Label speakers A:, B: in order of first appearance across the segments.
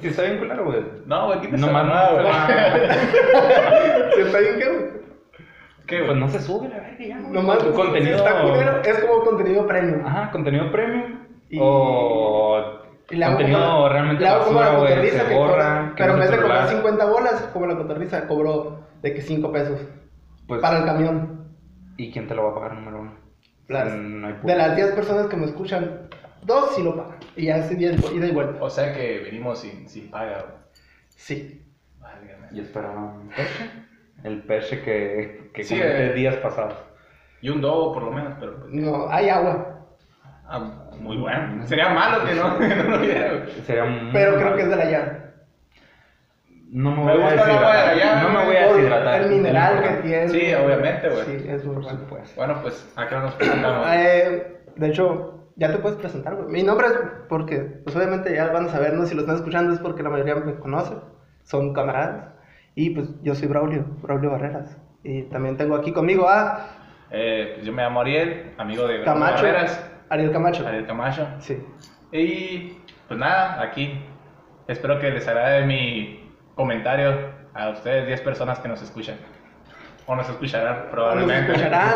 A: Que está bien culero, güey.
B: No, güey, quítese
A: No
B: la
A: mames,
B: mamada, güey.
C: ¿Sí está bien, qué?
B: ¿Qué,
A: Pues
B: güey?
A: no se sube la verga ya. güey.
C: Nomás
A: contenido.
C: está culero, es como contenido premium.
A: Ajá, contenido premium.
C: Y-
A: O
C: Y le hago
A: contenido
C: como la-
A: realmente
C: le hago como
A: basura,
C: la
A: güey,
C: cotorriza
A: se
C: que
A: borra,
C: cobra,
A: que
C: pero
A: no
C: en
A: se
C: vez de cobrar
A: programa.
C: 50 bolas, como la cotorriza, cobró de que 5 pesos
A: pues.
C: para el camión.
A: ¿Y quién te lo va a pagar número uno? Mm,
C: Las-
A: No hay
C: de las 10 personas que me escuchan, dos sí lo pagan. Y ya es ida y ida y vuelta.
B: O sea que venimos sin, sin paga, güey.
C: Sí.
B: Válgame.
A: Yo esperaba un perche. El perche que, que
B: Sí,
A: comenté
B: eh.
A: días pasados.
B: Y un dobo, por lo menos, pero pues.
C: No, hay agua.
B: ah, muy bueno. Sería malo que no, que no lo hubiera, güey.
A: Sería muy
C: Pero creo
A: mal.
C: que es de la llave.
A: No me
B: Me
A: voy a
B: gusta el agua de
A: deshidratar.
B: allá,
A: no me
B: güey,
A: voy a
C: por
A: deshidratar.
C: El mineral que
A: Por
C: tiene.
B: Sí, obviamente, güey.
C: Sí, es muy bueno.
A: supuesto.
B: Bueno, pues acá nos presentamos.
C: Eh, de hecho, ya te puedes presentar, güey. Mi nombre es porque, pues obviamente ya van a saber, ¿no? Si lo están escuchando es porque la mayoría me conoce, son camaradas. Y pues yo soy Braulio, Braulio Barreras. Y también tengo aquí conmigo a
B: Eh, pues yo me llamo Ariel, amigo de Bruno
C: Camacho.
B: Barreras,
C: Ariel Camacho.
B: Ariel Camacho.
C: Sí.
B: Y pues nada, aquí. Espero que les agrade mi comentario a ustedes, 10 personas que nos escuchan. O nos escucharán
C: O nos
B: probablemente.
C: escucharán,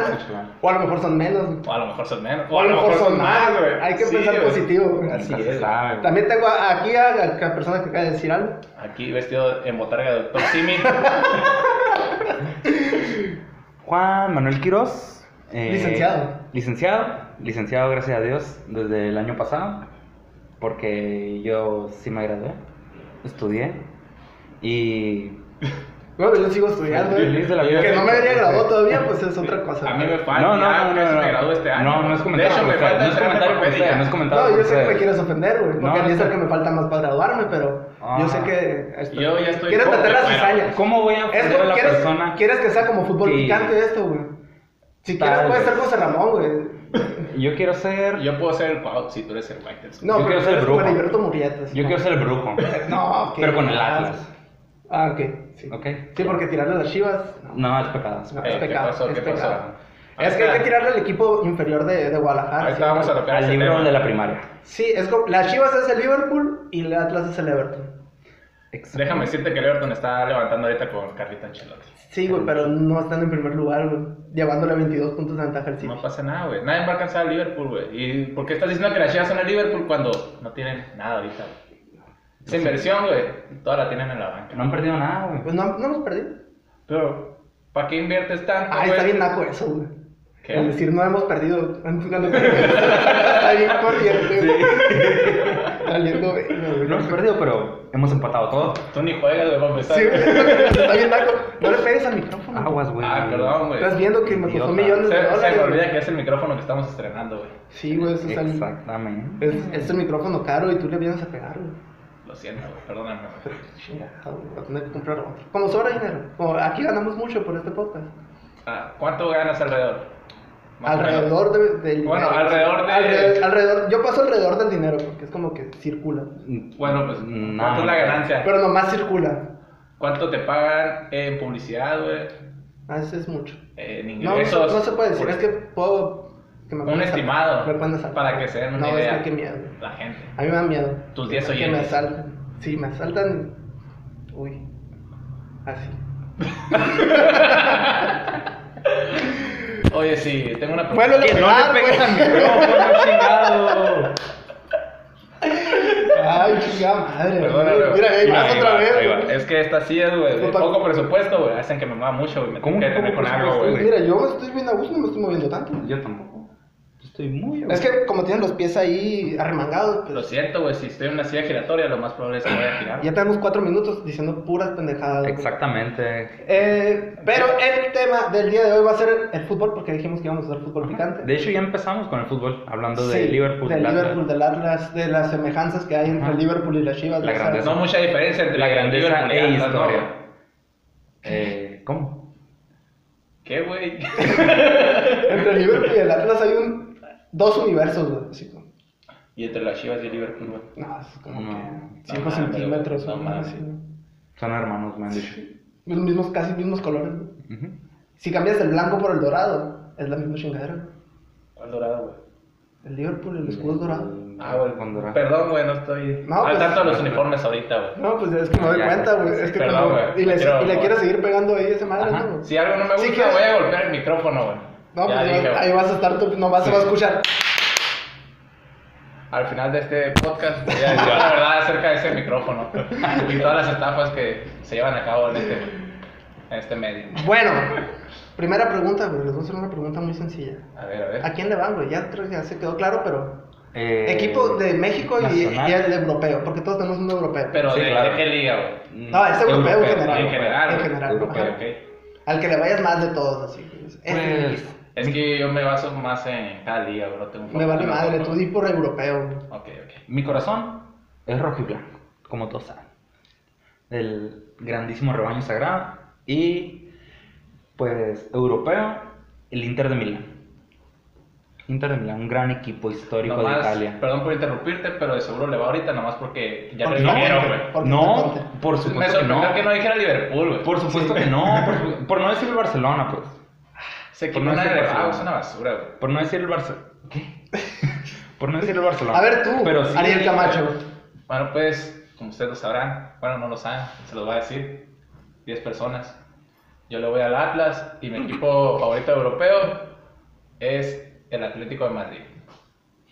C: o a lo mejor son menos. güey.
B: O a lo mejor son menos.
C: O a lo mejor son más, güey. Hay que
B: Sí,
C: pensar
B: güey.
C: positivo. güey.
A: Nunca
C: Así
A: se
C: es.
A: sabe, güey.
C: También tengo a- aquí a la la persona que acaba de decir algo.
B: Aquí vestido en botarga de Doctor Simi.
A: Juan Manuel Quiroz. eh,
C: Licenciado.
A: Licenciado. Licenciado, gracias a Dios, desde el año pasado. Porque yo sí me gradué. Estudié. Y.
C: Bueno, yo sigo estudiando. güey.
A: Feliz de la vida. Este,
C: Que no me haya graduado todavía, pues es otra cosa.
B: a mí me falta.
A: no, no,
B: ya
A: no, no,
B: casi
A: no,
B: me gradué este año.
A: No, no es
B: De
A: comentario. por
B: hecho, me
A: usted,
B: falta
A: no es comentario por usted, no es comentario
C: No,
A: por
C: yo sé que
A: usted.
C: me quieres ofender, güey, porque
A: No,
C: a mí es
A: está-
C: el que me falta más para graduarme, pero
A: Ah.
C: yo sé que... esto-
B: Yo ya estoy
C: Quieres
B: como
C: meter
B: que
C: las
B: fuera.
C: cizañas.
A: ¿Cómo voy a
C: Es
A: ofender a
C: como-
A: la
C: ¿quieres,
A: persona?
C: quieres que sea como fútbol
A: Sí.
C: picante esto, güey. Si
A: Tal
C: quieres puedes
A: vez.
C: ser José Ramón, güey.
A: Yo quiero ser. Yo,
B: Yo puedo ser el Pau si tú eres el Whiteheads.
A: Yo
C: No, pero
A: quiero
C: tú
A: ser
C: eres
A: brujo.
C: como Heriberto Murrieta. sí,
A: quiero ser el brujo.
C: No, ok.
A: Pero con el Atlas.
C: Ah, ok. Sí,
A: Ok.
C: sí porque tirarle a las chivas... no,
A: No, es pecado. es
C: no,
A: pecado.
B: Eh,
C: es
B: ¿qué
C: pecado,
B: pasó?
C: es
B: ¿Qué
C: pecado.
B: pasó? Ahí
C: Es que hay
B: está.
C: que tirarle al equipo inferior de, de Guadalajara.
B: Ahí
C: sí.
B: está, vamos a tocar
A: Al
B: ese
A: libro
B: tema.
A: de la primaria.
C: Sí, es como... Las chivas es el Liverpool y el Atlas es el Everton.
A: Exacto.
B: Déjame decirte que el Everton está levantando ahorita con Carlita Ancelotti.
C: Sí, güey, pero no están en primer lugar, güey. Llevándole 22 puntos de ventaja al City.
B: No pasa nada, güey. Nadie va a alcanzar a Liverpool, güey. ¿Y por qué estás diciendo que las Chivas son el Liverpool cuando no tienen nada ahorita, güey? Esa inversión, güey, toda la tienen en la banca.
A: No han perdido nada, güey.
C: Pues no, no hemos perdido.
B: Pero, ¿para qué inviertes tanto,
C: Ah,
B: güey?
C: está bien naco eso, güey.
B: ¿Qué?
C: El decir no hemos perdido. antes cuando- está bien corriente, güey. Saliendo, güey.
A: Pues No hemos perdido, pero hemos empatado todo.
B: Tú ni juegas, güey, para empezar.
C: Sí, güey, es lo que digo, está bien naco. No le pegues al micrófono.
A: Aguas, güey.
B: ah, perdón, güey.
C: Estás viendo que me costó
A: Idiota.
C: millones de
B: Se, se
C: dólares.
B: me
C: güey.
B: olvida que es el micrófono que estamos estrenando, güey.
C: Sí, güey, eso está bien.
A: Exactamente.
C: Es, es el micrófono caro y tú le vienes a pegar, güey.
B: Lo siento, güey, perdóname. güey.
C: Chingado, güey, va a tener que comprar otro. Como sobra dinero. Como aquí ganamos mucho por este podcast.
B: Ah, ¿Cuánto ganas alrededor? Más o menos.
C: Alrededor de- del
B: Bueno, alrededor de-
C: Alre- alrededor- yo paso alrededor del dinero porque es como que circula.
B: Bueno, pues,
A: No,
B: ¿cuánto es la
A: no.
B: ganancia?
C: Pero nomás circula.
B: ¿Cuánto te pagan en publicidad, güey?
C: A veces es mucho.
B: En
C: No, no, se-
B: ingresos.
C: no se puede decir.
B: Por-
C: Es que puedo. Que
B: Un
C: pueden asaltar.
B: estimado,
C: Me pueden asaltar.
B: para que se den una
C: No,
B: idea.
C: es que qué miedo. güey.
B: La gente.
C: A mí me da miedo.
B: Tus 10
C: Que me
B: oyentes.
C: asaltan. Sí, me asaltan. Uy. Así.
B: Oye, sí, tengo una
C: Bueno,
B: pregunta.
C: lo
A: Que no le
C: pegar,
A: pegues al
C: güey.
A: micrófono, chingado.
C: Ay, chingada madre.
B: Perdóname,
C: güey.
B: güey.
C: Mira, ahí
A: Ahí
C: vas
A: va, ahí
C: otra
A: va,
C: vez.
A: ahí va.
C: güey. Pues,
B: Es que esta sí es, güey, de
C: Opa.
B: poco presupuesto, güey. Hacen que me mueva mucho, güey. Me
A: ¿Cómo
B: tengo que
A: que poco
B: tener con algo,
A: presupuesto,
B: güey.
C: Mira, yo me estoy bien a gusto, no me estoy moviendo tanto.
A: Yo tampoco. Yo estoy muy.
C: Es que como tienen los pies ahí arremangados,
B: Lo
C: pues,
B: siento, güey, si estoy en una silla giratoria, lo más probable es que voy a girar.
C: ya tenemos cuatro minutos diciendo puras pendejadas. güey.
A: Exactamente.
C: Eh, pero el tema del día de hoy va a ser el fútbol, porque dijimos que íbamos a hacer fútbol picante.
A: De hecho, ya empezamos con el fútbol, hablando
C: Sí,
A: de Liverpool.
C: Del
A: la-
C: Liverpool, del Atlas, de las semejanzas que hay entre
A: Ajá.
C: el Liverpool y las Chivas.
A: La
C: o sea,
A: grandeza.
B: No mucha diferencia entre
A: La grandeza
B: Liverpool y
A: e
B: Atlas, ¿no,
A: historia.
B: güey?
A: Eh, ¿Cómo?
B: ¿Qué, güey?
C: Entre el Liverpool y el Atlas hay un, dos universos, güey. así como-
B: y entre las Chivas y el Liverpool, güey.
C: no, es como
A: No,
C: que
B: no
C: 5
B: mames,
C: centímetros,
B: no
C: una madre
B: mames.
C: así, ¿no?
A: Son hermanos, me han dicho.
C: Los mismos, casi mismos colores. güey.
A: Ujú.
C: Si cambias el blanco por el dorado, es la misma chingadera. güey.
B: ¿Cuál dorado, güey?
C: El Liverpool, el escudo es dorado.
B: Ah, güey.
A: Honduras.
B: Perdón, güey, no estoy al
C: No, pues-
B: tanto de los uniformes ahorita, güey.
C: No, pues es que me doy
A: Ya,
C: cuenta,
A: ya.
C: güey. Es que
B: Perdón,
C: como-
B: güey.
C: Y le,
B: Me quiero-
C: y le quiero seguir pegando ahí esa madre,
A: Ajá.
C: ¿no? güey?
B: Si algo no me
C: Sí,
B: gusta,
C: que-
B: voy a golpear el micrófono, güey.
C: No,
B: Ya
C: pues
B: dije, güey.
C: ahí vas a estar tú, nomás se va a escuchar.
B: Al final de este podcast voy a decir la verdad acerca de ese micrófono y todas las estafas que se llevan a cabo en este, en este medio.
C: Bueno, primera pregunta, güey. Les voy a hacer una pregunta muy sencilla.
B: A ver, a ver.
C: ¿A quién le van, güey? Ya, creo que ya se quedó claro, pero.
A: Eh,
C: Equipo de México y,
A: nacional.
C: y el europeo, porque todos tenemos un europeo.
B: Pero
A: Sí,
B: de,
A: claro.
B: ¿de qué liga, güey.
A: Mm.
C: No, es europeo, en general.
B: En general.
C: En
B: güey.
C: general,
B: Europeo,
C: ajá.
B: ok.
C: Al que le vayas más de todos, así. güey. Este
A: Pues,
B: Es que yo me baso más en cada liga, bro. Tengo un
C: me vale
B: favorito,
C: madre,
B: ¿no?
C: tú di por europeo. güey.
B: Ok, ok.
A: mi corazón es rojo y blanco, como todos saben. Del grandísimo rebaño sagrado y, pues, europeo, el Inter de Milán. Inter de Milán, un gran equipo histórico de
B: Nomás,
A: Italia.
B: Perdón por interrumpirte, pero de seguro le va ahorita nomás porque ya lo
C: Porque no,
B: dijeron,
C: porque-
B: güey.
C: porque
A: No,
C: importante.
A: por
B: Me
A: supuesto que
B: sorprendió
A: no.
B: que no dijera Liverpool, güey.
A: Por supuesto que no. Por, su- por no decir el Barcelona, pues.
B: Se
A: por
B: quitó
A: no
B: una
A: decir
B: de
A: Barcelona.
B: ah, es una basura, güey.
A: Por no decir el Barcelona. ¿Qué? por no decir el Barcelona.
C: A ver tú,
A: Pero sí,
C: Ariel Camacho.
B: Bueno, pues, como ustedes lo sabrán, bueno, no lo saben, se los voy a decir. 10 personas. Yo le voy al Atlas y mi equipo favorito europeo es el Atlético de Madrid.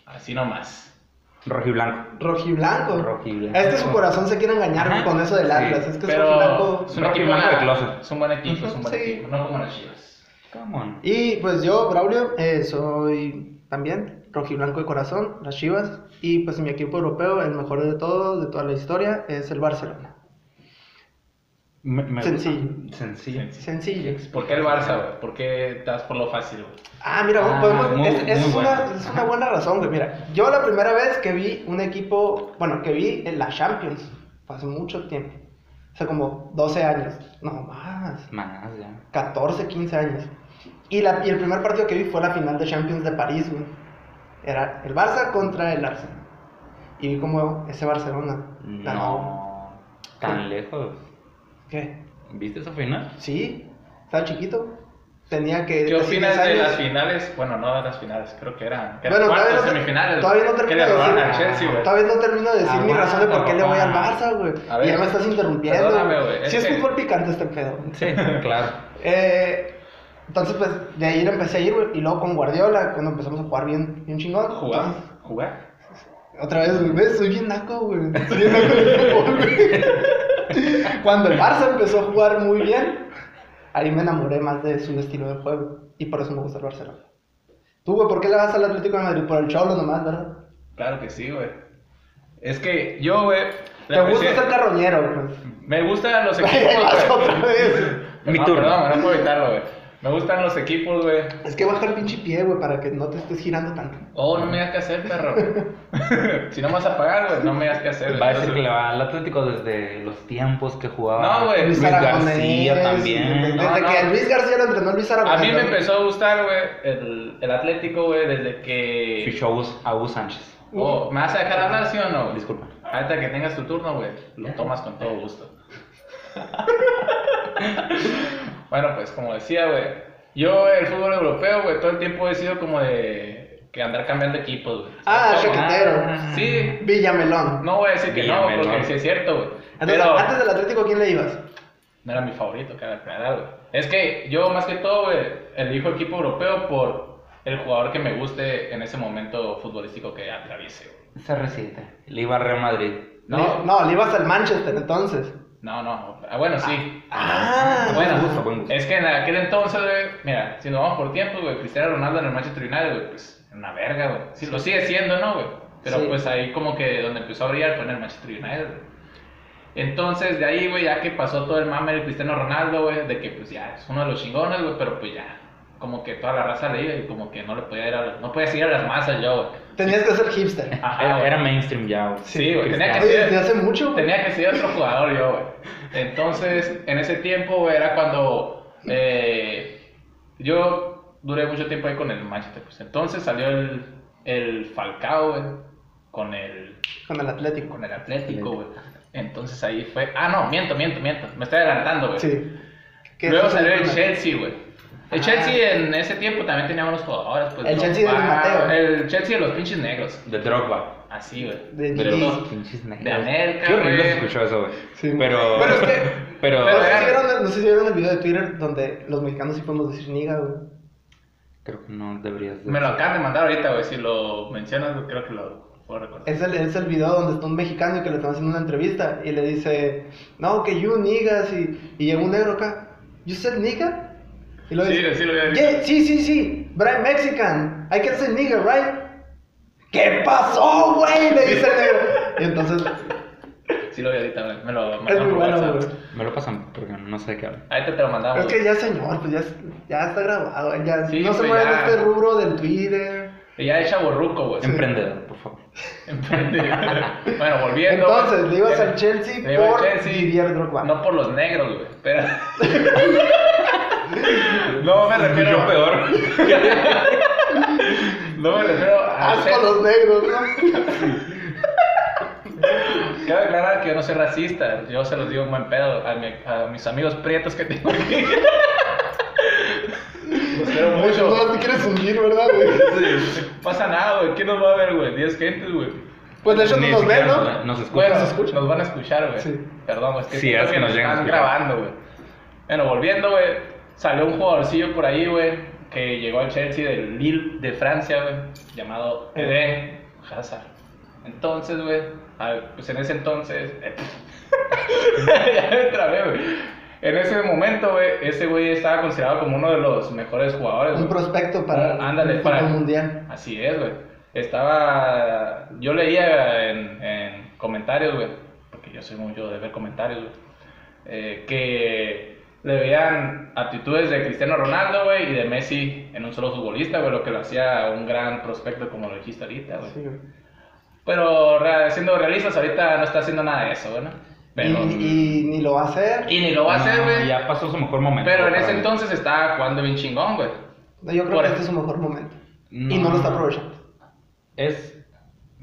B: Así nomás.
A: Rojiblanco.
C: Rojiblanco.
A: Rojiblanco.
C: Es que su corazón se quiere engañar güey,
A: Ajá.
C: con eso del
A: Sí.
C: Atlas. Es que es
B: Pero
C: rojiblanco.
B: es un
A: Rocky
B: equipo
A: Blanco de
B: nada.
A: closet.
B: Es un buen equipo, es un buen
C: Ujú, sí.
B: equipo. No como las chivas.
A: Come on.
C: Y pues yo, Braulio, eh, soy también rojiblanco de corazón, las Chivas. Y pues mi equipo europeo, el mejor de todos, de toda la historia, es el Barcelona.
A: Me- me
C: Sencillo.
A: gusta. Sencillo.
C: Sencillo.
B: ¿Por qué el Barça, güey? ¿Por qué te das por lo fácil, güey?
C: Ah, mira,
A: Ah,
C: podemos,
A: muy-
C: es, es
A: muy
C: una,
A: bueno.
C: es una buena razón, güey. Mira, yo la primera vez que vi un equipo, bueno, que vi en la Champions, fue hace mucho tiempo. O sea, como 12 años, no más,
A: Más, ya.
C: 14, 15 años. Y, la, y el primer partido que vi fue la final de Champions de París, güey. Era el Barça contra el Arsenal. Y vi como ese Barcelona ganó.
A: No. Tan lejos.
C: ¿Qué?
A: ¿Viste esa final?
C: Sí, estaba chiquito. Tenía que.
B: ¿Qué
C: 16
B: opinas de
C: años.
B: las finales? Bueno, no de las finales, creo que eran. que
C: Bueno,
B: eran
C: todavía
B: cuartos,
C: no,
B: semifinales.
C: te- todavía no
B: Que
C: termino
B: le
C: de
B: robaron al
C: decir,
B: Chelsea, güey.
C: todavía no termino de decir mi
A: Aguanta,
C: razón de por qué le voy al
A: Ah, papá.
C: Barça, güey.
B: A ver,
C: Y ya me estás interrumpiendo.
B: perdóname, güey, es
C: Sí, es
B: que-
C: fútbol picante este pedo.
A: Sí, claro.
C: Eh, entonces, pues, de ahí le empecé a ir, güey. Y luego con Guardiola, cuando empezamos a jugar bien, bien chingón.
B: ¿Jugar?
C: Entonces,
B: ¿Jugar?
C: Otra vez, güey, ¿ves? soy bien naco, güey. Soy bien naco del fútbol, güey. Cuando el Barça empezó a jugar muy bien, ahí me enamoré más de su estilo de juego. Y por eso me gusta el Barcelona. Tú, güey, ¿por qué le vas al Atlético de Madrid? Por el Cholo nomás, ¿verdad?
B: Claro que sí, güey. Es que yo, güey. le
C: Te gusta
B: empecé-
C: ser carroñero, pues.
B: Me gustan los
C: Ahí
B: equipos,
C: vas
B: güey.
C: otra vez.
A: Mi
B: no,
A: turno.
B: Perdón, no puedo evitarlo, güey. Me gustan los equipos, güey.
C: Es que baja el pinche pie, güey, para que no te estés girando tanto.
B: Oh, no me das que hacer, perro. si no me vas a pagar, güey, no me das que hacer. güey.
A: Va a decir que
B: Entonces-
A: le va al Atlético desde los tiempos que jugaba.
B: No, güey.
A: Luis
C: Aragonés,
A: García
C: Desde
A: también.
B: No, no.
C: que Luis García lo entrenó Luis Aragonés.
B: A mí me
C: ¿no?
B: empezó a gustar, güey, el, el Atlético, güey, desde que...
A: Fichó a Gus- a Gus Sánchez.
B: Oh, ¿me vas a dejar hablar, sí o no?
A: Disculpa.
B: Ahorita que tengas tu turno, güey, lo tomas con todo gusto. bueno, pues como decía, güey, yo el fútbol europeo, güey, todo el tiempo he sido como de que andar cambiando equipos, güey.
C: Ah,
B: ¿Sabes cómo?
C: Chaquetero.
A: Ah,
B: Sí,
C: Villamelón.
B: no voy a decir que no,
A: Villamelón.
B: porque sí es cierto, güey.
C: Entonces,
B: Pero
C: antes del Atlético, ¿a quién le ibas?
B: no era mi favorito, cabe aclarar, güey. Es que yo, más que todo, güey, elijo equipo europeo por el jugador que me guste en ese momento futbolístico que atraviese, güey.
A: CR7. Le iba al Real Madrid.
B: No,
C: Le- no, le ibas al Manchester entonces.
B: no, no. Ah, Bueno, sí.
C: Ah,
B: Bueno, pues,
A: buen gusto, buen gusto.
B: es que en aquel entonces, güey, mira, si nos vamos por tiempo, güey, Cristiano Ronaldo en el Manchester United, güey, pues, era una verga, güey. Sí, lo sigue siendo, ¿no, güey? Pero
C: Sí.
B: pues ahí como que donde empezó a brillar fue en el Manchester United, güey. Entonces, de ahí, güey, ya que pasó todo el mame del Cristiano Ronaldo, güey, de que pues ya es uno de los chingones, güey, pero pues ya, como que toda la raza le iba y como que no le podía ir a, no podía ir a las masas yo, güey.
C: Tenías que ser hipster.
B: Ajá,
A: Era,
B: güey.
A: era mainstream ya, güey.
B: Sí, güey, tenía que
C: Oye,
B: ser.
C: desde hace mucho. güey.
B: Tenía que ser otro jugador yo, güey. Entonces, en ese tiempo güey, era cuando eh, yo duré mucho tiempo ahí con el Manchester. Pues. Entonces salió el, el Falcao, güey, con el,
C: Con el Atlético.
B: con el Atlético, güey. Entonces ahí fue... Ah, no, miento, miento, miento. Me estoy adelantando, güey.
C: Sí. Que
B: Luego
C: eso
B: salió
C: es
B: el
C: una-
B: Chelsea, güey. El
C: Ah.
B: Chelsea en ese tiempo también tenía unos jugadores. Pues,
C: El
B: los
C: Chelsea de
B: Barros,
C: Mateo.
B: El Chelsea de los pinches negros.
A: De Drogba.
B: Así, güey.
C: De-
B: Pero
A: Sí,
B: no.
A: pinches negros.
B: De América,
A: Qué horrible
B: güey.
A: se escuchó eso, güey.
C: Sí.
A: Pero.
C: Pero es que-
A: Pero.
B: pero
C: no, sé
B: vean.
C: si vieron, no sé si vieron el video de Twitter donde los mexicanos sí podemos decir niga, güey.
A: Creo que no deberías. de-
B: Me lo acaban de mandar ahorita, güey. Si lo mencionas, güey, creo que lo puedo recordar.
C: Es el, es el video donde está un mexicano y que le están haciendo una entrevista y le dice, no, que you niggas, y, y llega un negro acá, you said nigga? Y lo
B: Sí,
C: dice,
B: sí lo había visto.
C: "Yeah, sí, sí, sí, but I'm Mexican, I can say nigga, right? ¿Qué pasó, güey? Le dice el negro. Y entonces,
B: Sí lo vi ahorita, güey. Me lo mandaron
C: es muy
B: por
C: bueno,
B: WhatsApp.
C: güey.
A: Me lo pasan porque no sé de qué hablan.
B: Ahorita te lo mandamos.
C: Es que
B: güey.
C: ya señor, pues ya, es- ya está grabado, ya
B: Sí,
C: no se
B: pues,
C: mueve de
B: ya.
C: este rubro del Twitter.
B: Ya es chaborruco, güey.
A: Emprendedor, por favor.
B: Emprendedor. bueno, volviendo.
C: Entonces, le ibas
B: güey.
C: al Chelsea
B: Le iba al
C: por
B: Chelsea.
C: Didier Drogba.
B: No por los negros, güey. Pero... no me refiero
A: Yo peor.
B: No me refiero a.
C: Asco los negros, ¿no?
B: Quiero aclarar que yo no soy racista. Yo se los digo en buen pedo a, mi- a mis amigos prietos que tengo aquí. los quiero mucho.
C: No te quieres hundir, ¿verdad, güey?
B: No pasa nada, güey. ¿Quién nos va a ver, güey? 10 gentes, güey.
C: Pues de hecho
A: Ni
C: no nos ven,
A: siquiera
C: ¿no?
A: nos- Nos escuchan.
B: Bueno,
C: ¿Nos escuchan?
B: nos van a escuchar, güey.
C: Sí.
B: Perdón, güey, es que,
A: Sí,
B: creo
A: es que nos llegan a
B: están
A: escuchar.
B: grabando, güey. Bueno, volviendo, güey. Salió un jugadorcillo por ahí, güey, que llegó al Chelsea del Lille de Francia, güey, llamado Eden Hazard. Entonces, güey, a- pues en ese entonces. ya me trabé, güey. En ese momento, güey, ese güey estaba considerado como uno de los mejores jugadores.
C: Un
B: güey.
C: prospecto para
B: Ah, ándale,
C: el
B: para-
C: fútbol mundial.
B: Así es, güey. Estaba. Yo leía en, en comentarios, güey, porque yo soy mucho de ver comentarios, güey, eh, que le veían actitudes de Cristiano Ronaldo, güey, y de Messi en un solo futbolista, güey, lo que lo hacía un gran prospecto, como lo dijiste ahorita, güey.
C: Sí, güey.
B: Pero re- siendo realistas, ahorita no está haciendo nada de eso, güey, ¿no? Pero.
C: Y, y ni lo va a hacer.
B: y ni lo va a hacer,
A: No,
B: güey.
A: Ya pasó su mejor momento.
B: Pero en
A: para
B: ese
A: mí.
B: entonces estaba jugando bien chingón, güey.
C: No, yo creo
B: Por
C: que
B: ahí.
C: este es su mejor momento. Y no lo está aprovechando.
A: Es.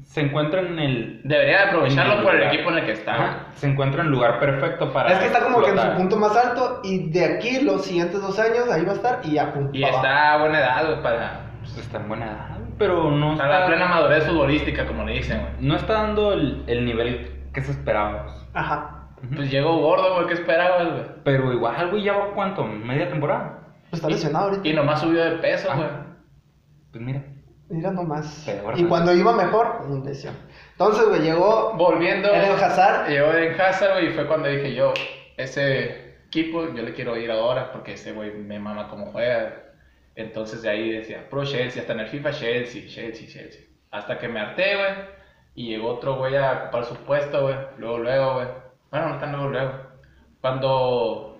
A: Se encuentra en el.
B: Debería de aprovecharlo
A: en
B: por el
A: lugar-
B: equipo en el que está, güey.
A: Ajá, Se encuentra en el lugar perfecto para.
C: Es que está como que en su
A: explotar.
C: punto más alto y de aquí los siguientes dos años ahí va a estar y ya punto.
B: Y está a buena edad, güey, para,
A: Pues está en buena edad, pero no
B: para la
A: está,
B: plena madurez futbolística, como le dicen, güey.
A: no está dando el, el nivel que se esperaba.
C: Ajá.
B: Pues llegó gordo, güey, ¿qué esperabas, güey?
A: Pero igual, güey, ya va cuánto, media temporada.
C: Pues está lesionado ahorita.
B: Y nomás subió de peso,
A: Ah.
B: güey.
A: Pues mira,
C: Mira nomás.
A: Peor,
C: y
A: ¿no?
C: cuando iba mejor, mm, lesión. Entonces, güey, llegó.
B: Volviendo.
C: Eden Hazard.
B: Llegó en Hazard, güey, y fue cuando dije yo, ese equipo yo le quiero ir ahora porque ese güey me mama como juega. Entonces de ahí decía, pro Chelsea, hasta en el FIFA Chelsea, Chelsea, Chelsea. Hasta que me harté, güey. Y llegó otro güey a ocupar su puesto, güey. Luego, luego, güey. Bueno, no tan luego, luego. Cuando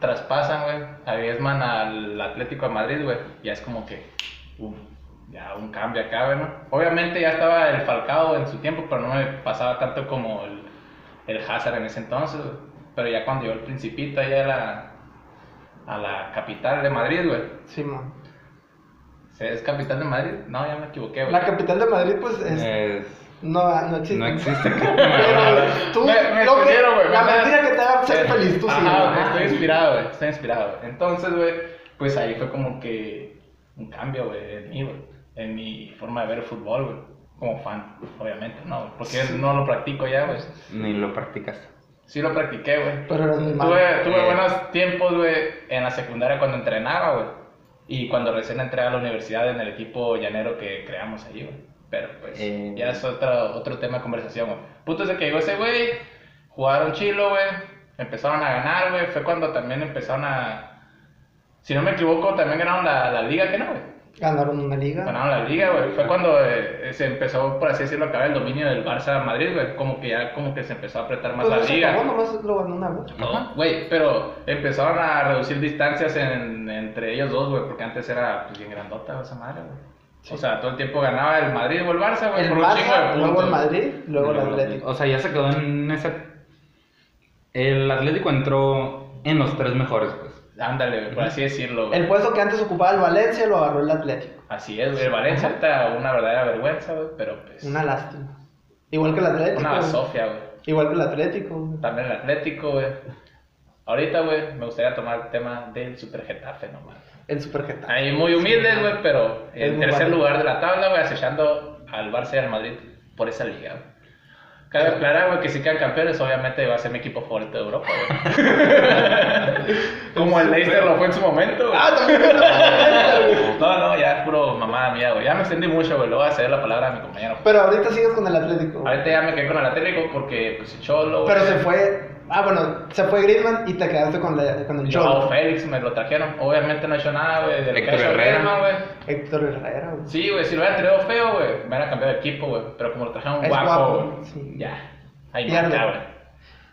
B: traspasan, güey, a Griezmann al Atlético de Madrid, güey, ya es como que, uf, ya un cambio acá, güey, ¿no? Obviamente ya estaba el Falcao en su tiempo, pero no me pasaba tanto como el, el Hazard en ese entonces, güey. Pero ya cuando llegó el Principito allá a la, a la capital de Madrid, güey.
C: Sí, man.
B: ¿Se- ¿Es capital de Madrid? No, ya me equivoqué, güey. Eh,
C: La capital de Madrid, pues, es-
A: es-
C: no, ah, no existe.
A: no existe.
C: Pero tú,
B: Me- me
C: lo que-
B: entendieron, güey,
C: la
B: ¿verdad? Eh,
C: mentira que te haga ser feliz, tú sí.
B: Ajá,
C: güey.
B: güey, estoy inspirado, güey. Estoy inspirado, güey. Entonces, güey, pues ahí fue como que un cambio, güey, en mí, güey. En mi forma de ver el fútbol, güey. Como fan, obviamente, ¿no? güey, Porque no lo practico ya, güey.
A: Ni lo practicas.
B: Sí lo practiqué, güey.
C: Pero eres muy malo.
B: Tuve, tuve
A: Eh.
B: buenos tiempos, güey, en la secundaria cuando entrenaba, güey. Y cuando recién entré a la universidad en el equipo llanero que creamos ahí, güey. Pero pues,
A: Eh.
B: ya es otro, otro tema de conversación, güey. Punto es de que llegó ese güey, jugaron chilo, güey. Empezaron a ganar, güey. Fue cuando también empezaron a. Si no me equivoco, también ganaron la, la liga, que no, güey.
C: Ganaron una liga.
B: Ganaron la liga, güey. Fue cuando eh, se empezó, por así decirlo, a acabar el dominio del Barça a Madrid, güey. Como que ya como que se empezó a apretar más
C: Pues no
B: la
C: se
B: liga.
C: acabó, nomás lo ganó una vez.
A: Ajá.
B: Güey, pero empezaron a reducir distancias en- entre ellos dos, güey, porque antes era pues, bien grandota esa madre, güey. O sea, todo el tiempo ganaba el Madrid o el Barça, güey,
C: El
B: por un chingo de
C: Barça, luego
B: puntos,
C: el Madrid, luego el Atlético.
A: O sea, ya se quedó en ese. El Atlético entró en los tres mejores, pues.
B: güey. Ándale, güey, por así decirlo, güey.
C: El puesto que antes ocupaba el Valencia lo agarró el Atlético.
B: Así es, güey. El Valencia está una verdadera vergüenza, güey, pero pues.
C: Una lástima. Igual que el Atlético.
B: Una
C: güey.
B: sofia, güey.
C: Igual que el Atlético. güey.
B: También el Atlético, güey. Ahorita, güey, me gustaría tomar el tema del Super Getafe nomás.
C: El Supergetafe.
B: Ahí muy humildes, güey, pero
C: Es
B: en
C: muy
B: tercer
C: válido.
B: lugar de la tabla, güey, acechando al Barça y al Madrid por esa liga, güey. Cabe aclarar, güey, que si quedan campeones, obviamente va a ser mi equipo favorito de Europa, güey. Como el Leicester lo fue en su momento,
C: Ah,
B: güey. No, no, ya es puro mamada mía, güey. Ya me extendí mucho, güey. Le voy a ceder la palabra a mi compañero.
C: Pero ahorita sigues con el Atlético.
B: Ahorita ya me quedé con el Atlético porque, pues, Cholo, güey.
C: Pero se fue. Ah, bueno, se fue Griezmann y te quedaste con, la- con el
B: Joao
C: Cholo.
B: Félix me lo trajeron. Obviamente no he hecho nada, güey. Del
A: Héctor
B: que ha hecho
A: Herrera.
B: Griezmann, güey.
C: Héctor Herrera, güey.
B: Sí, güey, si lo hubiera traído feo, güey, me hubiera cambiado de equipo, güey. Pero como lo trajeron
C: Es
B: guapo,
C: guapo,
B: güey.
C: sí.
B: Ya. Ahí
C: Pierde.
B: marca, güey.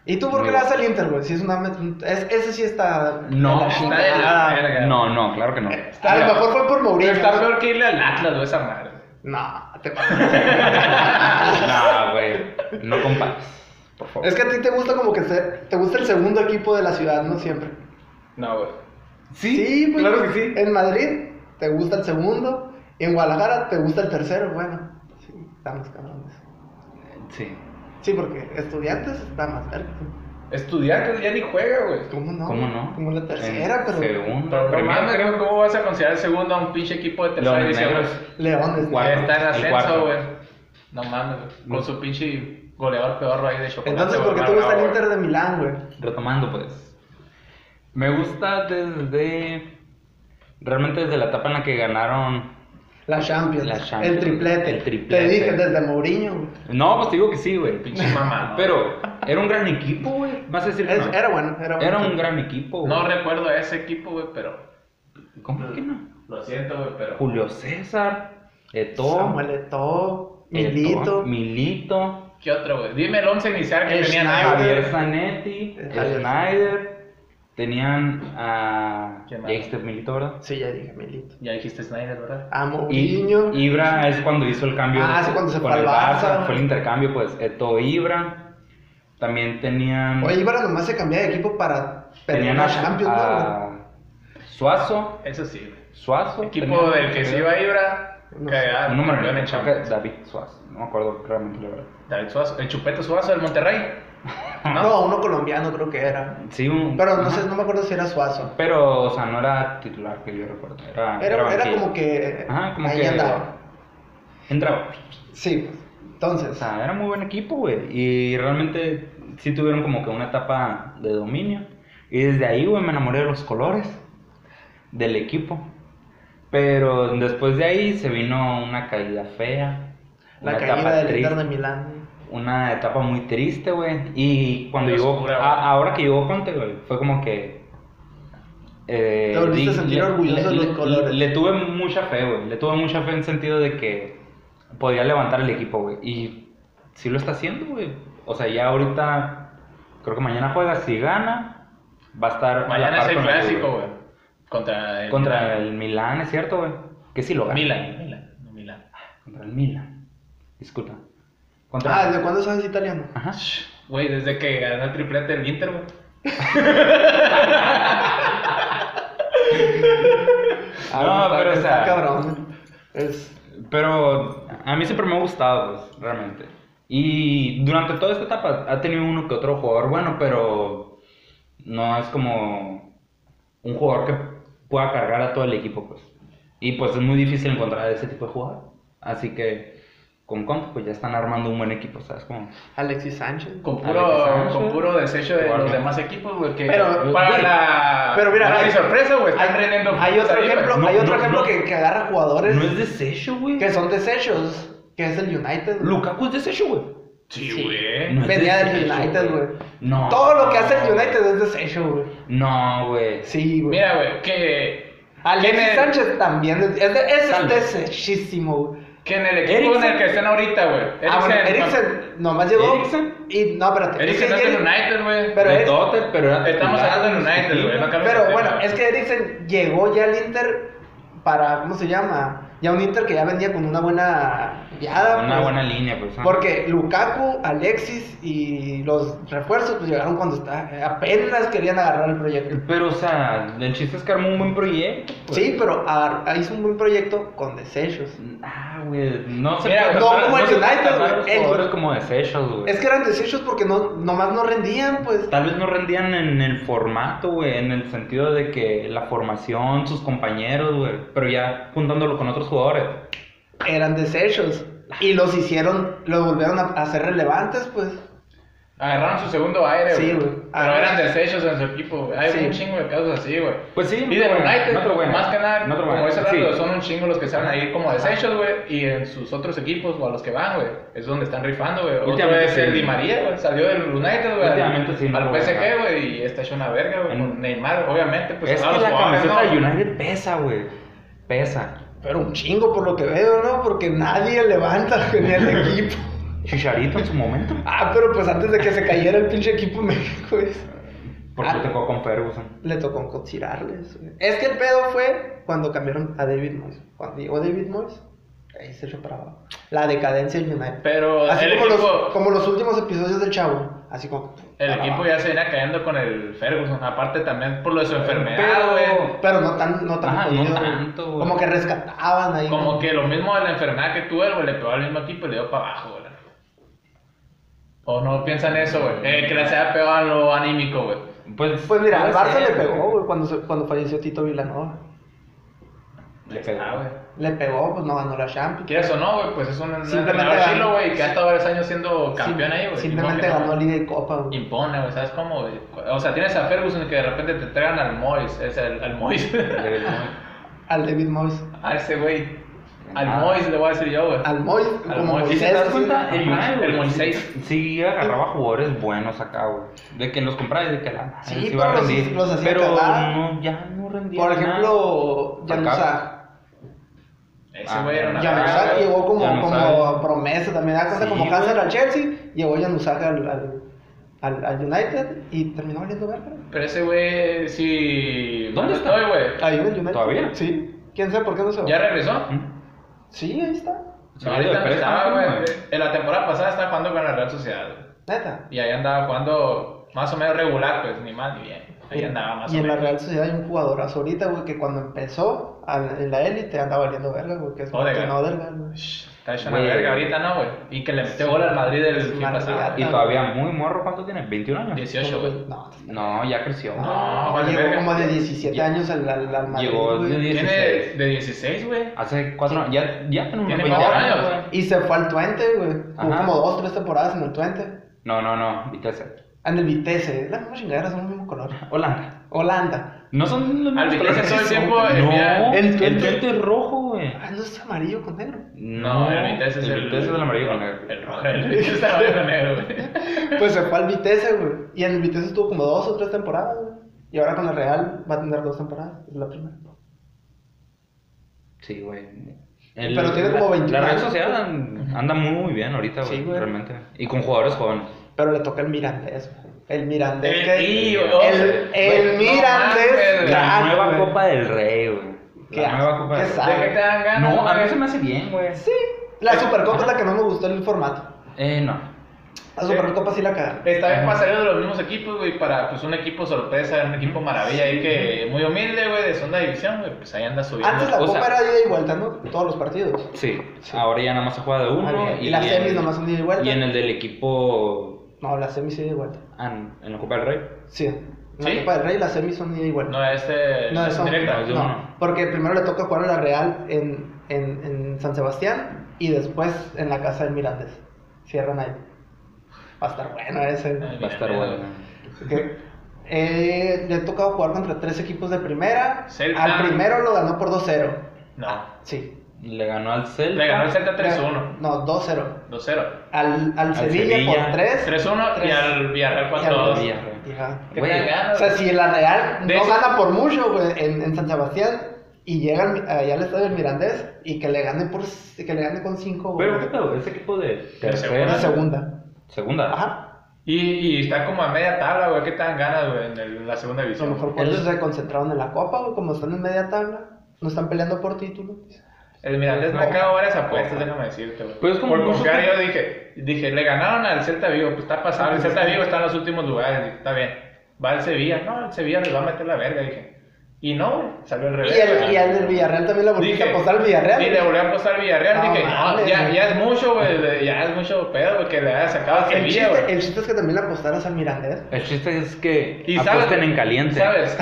C: ¿Y tú por
A: Muy
C: qué le das al Inter, güey? Si es una. met- Es, ese sí está.
A: No,
C: de la
A: está
B: de la
C: chingada.
B: verga.
A: No, no, claro que no.
C: A lo mejor fue por
B: Pero
C: Mourinho.
B: está peor que irle al Atlas, güey, esa madre.
C: No, te mames.
A: Nah, güey. No compares. Por favor.
C: Es que a ti te gusta como que se- te gusta el segundo equipo de la ciudad, ¿no? Siempre.
B: No, güey.
C: pues,
A: claro que sí.
C: En Madrid te gusta el segundo. Y en Guadalajara te gusta el tercero. Bueno, sí, estamos cabrones.
A: Sí.
C: Sí, porque estudiantes está más verga.
B: Estudiantes ya ni juega, güey.
C: ¿Cómo no?
A: ¿Cómo no?
C: Como la tercera,
A: En
C: pero.
A: Segunda,
B: Pero no
A: primera,
B: mames,
A: creo.
B: ¿cómo vas a considerar segundo a un pinche equipo de tercera
A: Leones
B: división?
A: Negros.
B: güey?
C: Leones.
A: Guau.
B: Que
A: Cuarto,
B: está en
A: el
B: ascenso,
A: cuarto.
B: güey. No mames, güey. Con su pinche goleador peor ahí de chocolate.
C: Entonces,
B: güey,
C: ¿por qué te gusta el
B: amargado,
C: Inter
B: güey.
C: de Milán, güey?
A: Retomando, pues. Me gusta desde. Realmente desde la etapa en la que ganaron.
C: La Champions.
A: La Champions.
C: El triplete.
A: El triplete.
C: Te dije desde Mourinho, güey.
A: No, pues te digo que sí, güey.
B: Pinche mamá. ¿no?
A: Pero era un gran equipo, güey. Vas a decir que
C: Es-
A: no.
C: Era bueno, era bueno.
A: Era un gran equipo, güey.
B: No recuerdo a ese equipo, güey, pero.
A: ¿Cómo que no?
B: Lo siento, güey, pero.
A: Julio César, Eto'o,
C: Samuel Eto'o,
A: Eto'o,
C: Milito.
A: Milito,
B: ¿Qué otro, güey? Dime el once inicial que
C: El
B: tenían ahí,
C: Schneider.
B: güey.
A: Javier Zanetti,
C: Eh, Javier
A: Schneider, tenían a
B: ¿Quién más?
A: Dexter Milito, ¿verdad?
C: Sí, ya dije Milito.
B: Ya dijiste Snyder, ¿verdad?
C: A
A: Y
C: Mourinho.
A: Ibra es cuando hizo el cambio
C: Ah, sí, cuando se
A: con
C: fue
A: el
C: al Barça.
A: Barça, fue el intercambio, pues Eto Ibra, también tenían
C: Oye, Ibra nomás se cambiaba de equipo para pelear
A: tenían a,
C: la Champions, ¿no? güey?
A: a Suazo,
B: Eso sí, güey.
A: Suazo,
B: Equipo
A: tenían-
B: del que se iba a Ibra.
C: No sé.
B: Cagada.
A: un número
B: campeón en
A: creo
B: Champions.
A: que David Suazo, no me acuerdo realmente la verdad.
B: David Suazo. El Chupete Suazo del Monterrey.
C: ¿no? uno colombiano creo que era.
A: Sí, un-
C: Pero no sé, no me acuerdo si era Suazo.
A: Pero, o sea, no era titular que yo recuerdo. Era,
C: Era, era
A: banquillo.
C: como que.
A: Ajá, como
C: ahí
A: que.
C: andaba.
A: Entraba.
C: Sí, pues.
A: O
C: Entonces,
A: sea, era muy buen equipo, güey. Y realmente sí tuvieron como que una etapa de dominio. Y desde ahí, güey, me enamoré de los colores del equipo. Pero después de ahí se vino una caída fea.
C: la
A: una
C: caída
A: etapa
C: del
A: triste,
C: Inter de Milán.
A: Una etapa muy triste, güey. Y cuando
B: Muy
A: llegó.
B: oscura,
A: a-
B: güey.
A: ahora que llegó Conte, güey, fue como que. eh,
C: Te volviste a
A: di-
C: sentir orgulloso de los colores.
A: le tuve mucha fe, güey. Le tuve mucha fe en sentido de que podía levantar el equipo, güey. Y sí lo está haciendo, güey. O sea, ya ahorita. Creo que mañana juega. Si gana, va a estar. a la
B: Mañana es
A: par
B: el
A: con
B: clásico, güey. Contra el.
A: Contra el Milan, es cierto, güey. Que sí lo gana.
B: Milan. Milan. no Milan.
A: Contra el Milan. Disculpa. Contra
C: Ah, ¿de cuándo sabes italiano?
A: Ajá.
B: Güey, desde que ganó el triplete el Inter, güey.
C: Ah,
A: pero, o sea-
C: Está cabrón. Es.
A: Pero a mí siempre me ha gustado, pues, realmente. Y durante toda esta etapa ha tenido uno que otro jugador bueno, pero no es como un jugador que pueda cargar a todo el equipo, pues. Y pues es muy difícil encontrar ese tipo de jugador. Así que con Conte, pues ya están armando un buen equipo, ¿sabes? Como,
C: Alexis Sánchez.
B: Con
A: Alexis
B: puro,
A: Sánchez.
B: con puro desecho de
A: Igual,
B: los
A: ¿no?
B: demás equipos, güey. Que
C: Pero,
B: para
A: güey,
B: la.
C: pero mira,
B: para
C: hay-
B: mi sorpresa, güey. Están
C: Hay,
B: rendiendo.
C: hay otro ejemplo,
A: No,
C: hay otro
A: no,
C: ejemplo
A: no.
C: que, que agarra jugadores
A: no es desecho, güey.
C: que son desechos, que es el United. güey.
A: Lukaku es desecho, güey.
B: Sí, güey.
A: No es
C: Venía del
A: desecho,
C: United, güey.
A: No.
C: Todo lo que hace el United es desecho, güey.
A: No, güey.
C: Sí, güey.
B: Mira, güey, que.
C: Alexis
B: ¿quién-
C: Sánchez también. Es, es, de- ese es
A: Sánchez.
C: desechísimo, güey.
B: Que en el equipo
A: Eriksen.
B: en el que están ahorita, güey.
C: Ah, bueno, Eriksen nomás llegó.
A: Eriksen.
C: Y no, espérate.
B: Eriksen
C: es
B: no
C: que
B: es del
C: Eriksen-
B: United, güey.
C: Pero
A: De
C: es-
A: Tote, pero era
B: Estamos
A: titular,
B: hablando del United, güey, no cambies de
C: Pero bueno,
B: tema.
C: es que Eriksen llegó ya al Inter para, ¿cómo se llama? Ya un Inter que ya venía con una buena guiada.
A: Una
C: pues.
A: buena línea, pues. ah.
C: Porque Lukaku, Alexis y los refuerzos pues llegaron cuando está, apenas querían agarrar el proyecto.
A: Pero, o sea, el chiste es que armó un buen proyecto. pues.
C: Sí, pero agar- hizo un buen proyecto con desechos.
A: Ah, güey. No se
B: Mira,
A: puede
C: no
A: tratar-
C: como el
A: se puede
C: United,
A: tratar a los
C: güey, el-
A: jugadores como desechos, güey.
C: Es que eran desechos porque no, nomás no rendían, pues.
A: Tal vez no rendían en el formato, güey, en el sentido de que la formación, sus compañeros, güey, pero ya juntándolo con otros jugadores.
C: Eran desechos. Y los hicieron, los volvieron a a hacer relevantes, pues.
B: Agarraron su segundo aire,
C: Sí,
B: güey.
C: güey.
B: Pero
C: Ah,
B: eran desechos en su equipo, güey. Hay
C: Sí.
B: un chingo de casos así, güey.
A: Pues sí,
B: Y del
A: no te
B: United,
A: buena, no te buena,
B: más que nada,
A: no te
B: como
A: buena,
B: ese
A: sí.
B: rato, son un chingo los que salen ahí como desechos, güey. Y en sus otros equipos o a los que van, güey. Es donde están rifando, güey. Otra
A: Últimamente
B: vez el
A: sí.
B: Di María, güey. Salió del United, güey.
A: Últimamente
B: Al,
A: sí, no
B: al
A: lo voy a
B: PSG,
A: dejar.
B: güey. Y está hecho una verga, güey.
A: En-
B: Con Neymar, obviamente, pues
A: es
B: se va a
A: que
B: los
A: la
B: jugadores,
A: camiseta de
B: ¿no?
A: United pesa, güey. Pesa.
C: Pero un chingo por lo que veo, ¿no? Porque nadie levanta ni el equipo.
A: Chicharito en su momento.
C: Ah, pero pues antes de que se cayera el pinche equipo México, es-
A: Porque
C: Ah.
A: te tocó con Ferguson.
C: le tocó considerarles. güey. Es que el pedo fue cuando cambiaron a David Moyes. Cuando llegó David Moyes, ahí se echó para abajo. La decadencia del United.
B: Pero
C: así
B: el
C: como,
B: equipo-
C: los, como los últimos episodios del Chavo. Así como.
B: El
C: para
B: equipo
C: abajo.
B: ya se viene cayendo con el Ferguson. Aparte también por lo de su enfermedad,
A: Pero-
B: güey.
C: Pero no tan. No, tan
A: Ajá, no
C: jodido, güey.
A: tanto, güey.
C: Como que rescataban ahí.
B: Como
C: ¿no?
B: que lo mismo de la enfermedad que tuve, güey, le pegó al mismo equipo y le dio para abajo, güey. O no piensan eso, güey. Eh, que le sea pegado a lo anímico, güey.
A: Pues,
C: Pues mira, al
A: puede
C: Barça
A: ser,
C: le pegó, güey, cuando, se- cuando falleció Tito Vilanova.
A: Le
B: Ahí está,
A: pegó.
B: Ah, güey.
C: Le pegó, pues no ganó la Champions.
B: Quieras o no, güey, pues es un un
C: Simplemente
B: entrenador
C: ganó.
B: chilo, güey, que ha estado varios años siendo campeón
C: Sim-
B: ahí, güey.
C: Simplemente
B: Igual que no
C: ganó la Liga y Copa, güey.
B: Impone, güey, ¿sabes cómo, güey? O sea, tienes a Ferguson que de repente te entregan al Mois, es el, al Mois.
A: Le pegó.
C: Al David Moyes.
B: a ese güey. Al
A: Ah.
B: Mois le voy a decir yo, güey.
C: Al Moyes.
B: Al
C: como
B: Moyes.
A: ¿Y si te
C: Moisés,
A: das
C: sí.
A: cuenta? El,
B: Ajá,
A: United,
B: el
A: güey,
B: Moisés.
A: Sí, agarraba jugadores buenos acá, güey. De que los compraba y de que la madre
C: Sí,
A: se iba a
C: pero los-
A: rendir.
C: los hacía
A: pero
C: cagar.
A: no, ya no rendía.
C: Por
A: nada.
C: ejemplo,
A: Acá.
C: Yanusa.
B: Ese
A: Ah,
B: güey era una verga,
C: Yanusa
B: güey.
C: llegó como,
A: Januzaj.
C: como promesa también. Era cosa
A: Sí,
C: como
A: güey.
C: Hazard al Chelsea. Llegó Yanusa al, al, al, al United y terminó valiendo verga.
B: Pero ese güey, sí.
A: ¿Dónde
B: ¿Dónde
A: está?
B: estoy, güey?
C: Ahí en el United.
A: ¿Todavía?
C: Sí. ¿Quién sabe por qué no se va?
B: ¿Ya regresó?
A: ¿Mm?
C: Sí, ahí está.
A: Se
B: No,
A: había ido de
B: ahorita no
A: préstamo,
B: estaba, güey.
A: ¿no?
B: En la temporada pasada estaba jugando con la Real Sociedad. güey.
C: Neta.
B: Y ahí andaba jugando más o menos regular, pues, ni mal ni bien. Ahí andaba más
C: y
B: o
C: en la
B: menos.
C: Real Sociedad hay un jugadorazo ahorita, güey, que cuando empezó al- en la élite andaba valiendo verga, güey, que es
B: Odegaard.
C: Martin Odegaard, güey.
B: Shh, Está hecho una
A: Güey.
B: verga ahorita, ¿no, güey? Y que le metió gol al Madrid el
C: Es
B: fin
C: una
B: pasado.
C: realidad.
A: Y todavía muy morro, ¿cuánto tiene? ¿21 años?
B: 18, güey.
C: No,
A: No, ya creció.
C: no,
B: No, vale
C: llegó
B: verga.
C: como de 17 años al, al, al Madrid,
A: Llegó
C: güey.
A: de 10.
B: Tiene
A: 16.
B: de 16, güey.
A: Hace 4 años. Ya, ya tenemos
B: Tiene
A: 20
B: cuatro
A: años.
B: años.
C: Y se fue al Twente, güey. Jugó
A: Ajá.
C: como dos, tres temporadas en el Twente.
A: No, no, no. Vitesse.
C: Ah, En el Vitesse. Las mismas chingaderas son el mismo color.
A: Holanda.
C: Holanda.
A: No son los
B: Al
A: mismos
B: Vitesse
A: colores
B: todo el
A: que son.
B: tiempo, eh,
A: No,
B: mira,
A: el
C: el
A: Twente el
C: Twente-
A: Twente es rojo, güey.
C: Ah, no es amarillo con negro.
B: No, el Vitesse es el.
A: Vitesse es el amarillo con negro.
B: El rojo, el Vitesse es el amarillo con negro, güey.
C: Pues se fue al Vitesse, güey. Y en el Vitesse estuvo como dos o tres temporadas, güey. Y ahora con el Real va a tener dos temporadas. Es la primera.
A: Sí, güey.
C: Pero tiene como
A: la-
C: 21
A: La red
C: años.
A: social an- anda muy bien ahorita, güey.
C: Sí, güey.
A: Realmente. Y con jugadores jóvenes.
C: Pero le toca el Mirandés, güey. El Mirandés.
B: El-
C: que-
B: y-
C: el,
B: oh,
C: el,
B: güey, no mames,
C: Mirandés.
B: güey.
A: La
C: crack,
A: nueva
C: güey.
A: Copa del Rey, güey.
C: Qué
A: La nueva
C: asco,
A: Copa
C: qué
A: del Rey.
C: asco.
B: ¿De qué te dan ganas?
A: No, a mí
B: güey?
A: se me hace bien, güey.
C: Sí. La Supercopa es la que no me gustó el formato.
A: Eh, no.
C: La Supercopa sí la cagaron.
B: Esta vez
A: Ajá.
B: pasaría de los mismos equipos, güey, para pues un equipo sorpresa, un equipo maravilla ahí que muy humilde, güey, de segunda división, güey, pues ahí anda subiendo.
C: Antes la
A: o
C: copa
A: sea-
C: era ida y vuelta, ¿no? Todos los partidos.
A: Sí. Ahora ya nada más se juega de
C: Ah,
A: uno.
C: bien. Y las semis
A: en-
C: nomás son ida y vuelta.
A: Y en el del equipo.
C: No, las semis ida y vuelta.
A: ah, en- en la Copa del Rey.
C: Sí. La
B: ¿Sí?
C: Copa del Rey, las semis son ida y vuelta.
B: No, este
C: No, eso-
B: directa.
A: no, yo-
C: No, porque primero le toca jugar a la Real en, en, en San Sebastián y después en la casa del Mirandés. Cierran ahí. Va a estar bueno ese.
B: Ay,
A: Va a estar
B: mira,
A: bueno.
C: Ok. Eh, le ha tocado jugar contra tres equipos de primera.
B: Celta.
C: Al primero lo ganó por 2-0.
B: No.
C: Sí.
A: Le ganó al Celta.
B: Le ganó el Celta 3-1,
C: No, 2-0.
B: 2-0.
C: Al, al, Sevilla,
A: Sevilla.
C: por 3.
B: 3-1 y al Villarreal
C: Y al
B: 4-2.
A: Villarreal.
C: Ajá.
B: ¿Qué
A: Güey,
B: te
C: pues, O
B: ganas?
C: sea, si la Real
B: De
C: no
B: ese-
C: gana por mucho, güey, en, en San Sebastián y llega al mi- eh, allá al estadio del Mirandés y que le gane por que le gane con 5
A: Pero, ¿qué pedo? Ese equipo de
B: segunda.
A: tercera.
C: una segunda.
A: Segunda.
C: Ajá.
B: Y, y está como a media tabla, güey, ¿qué te dan ganas, güey, en el- la segunda
C: A lo
B: división?
C: mejor por
A: El-
C: eso se concentraron en la Copa, güey, como están en media tabla, no están peleando por título.
B: El
C: Pues
B: Mirandés me
A: No.
B: ha cagado varias apuestas, déjame decirte, güey.
A: Pues es como
B: Por
A: mucho
B: confiar
A: que-
B: yo dije, dije, le ganaron al Celta Vigo, pues está
C: Ah,
B: pasable, el Celta Vigo está en los últimos lugares, dije, está bien. Va al Sevilla, no, el Sevilla les va a meter la verga, dije. Y no, güey, salió al
C: Y
B: revés.
C: el,
B: güey.
C: y al del Villarreal también la volviste a apostar al Villarreal.
B: Y le volví a apostar al Villarreal,
C: No
B: dije, no,
C: mames,
B: ya,
C: güey.
B: ya es mucho, güey, de- ya es mucho pedo, güey, que le haya sacado al
C: el,
B: Sevilla,
C: chiste,
B: güey.
C: el chiste es que también la apostaras al Mirandés.
A: El chiste es que
B: Y sabes-
A: apuesten en caliente.
B: ¿Sabes?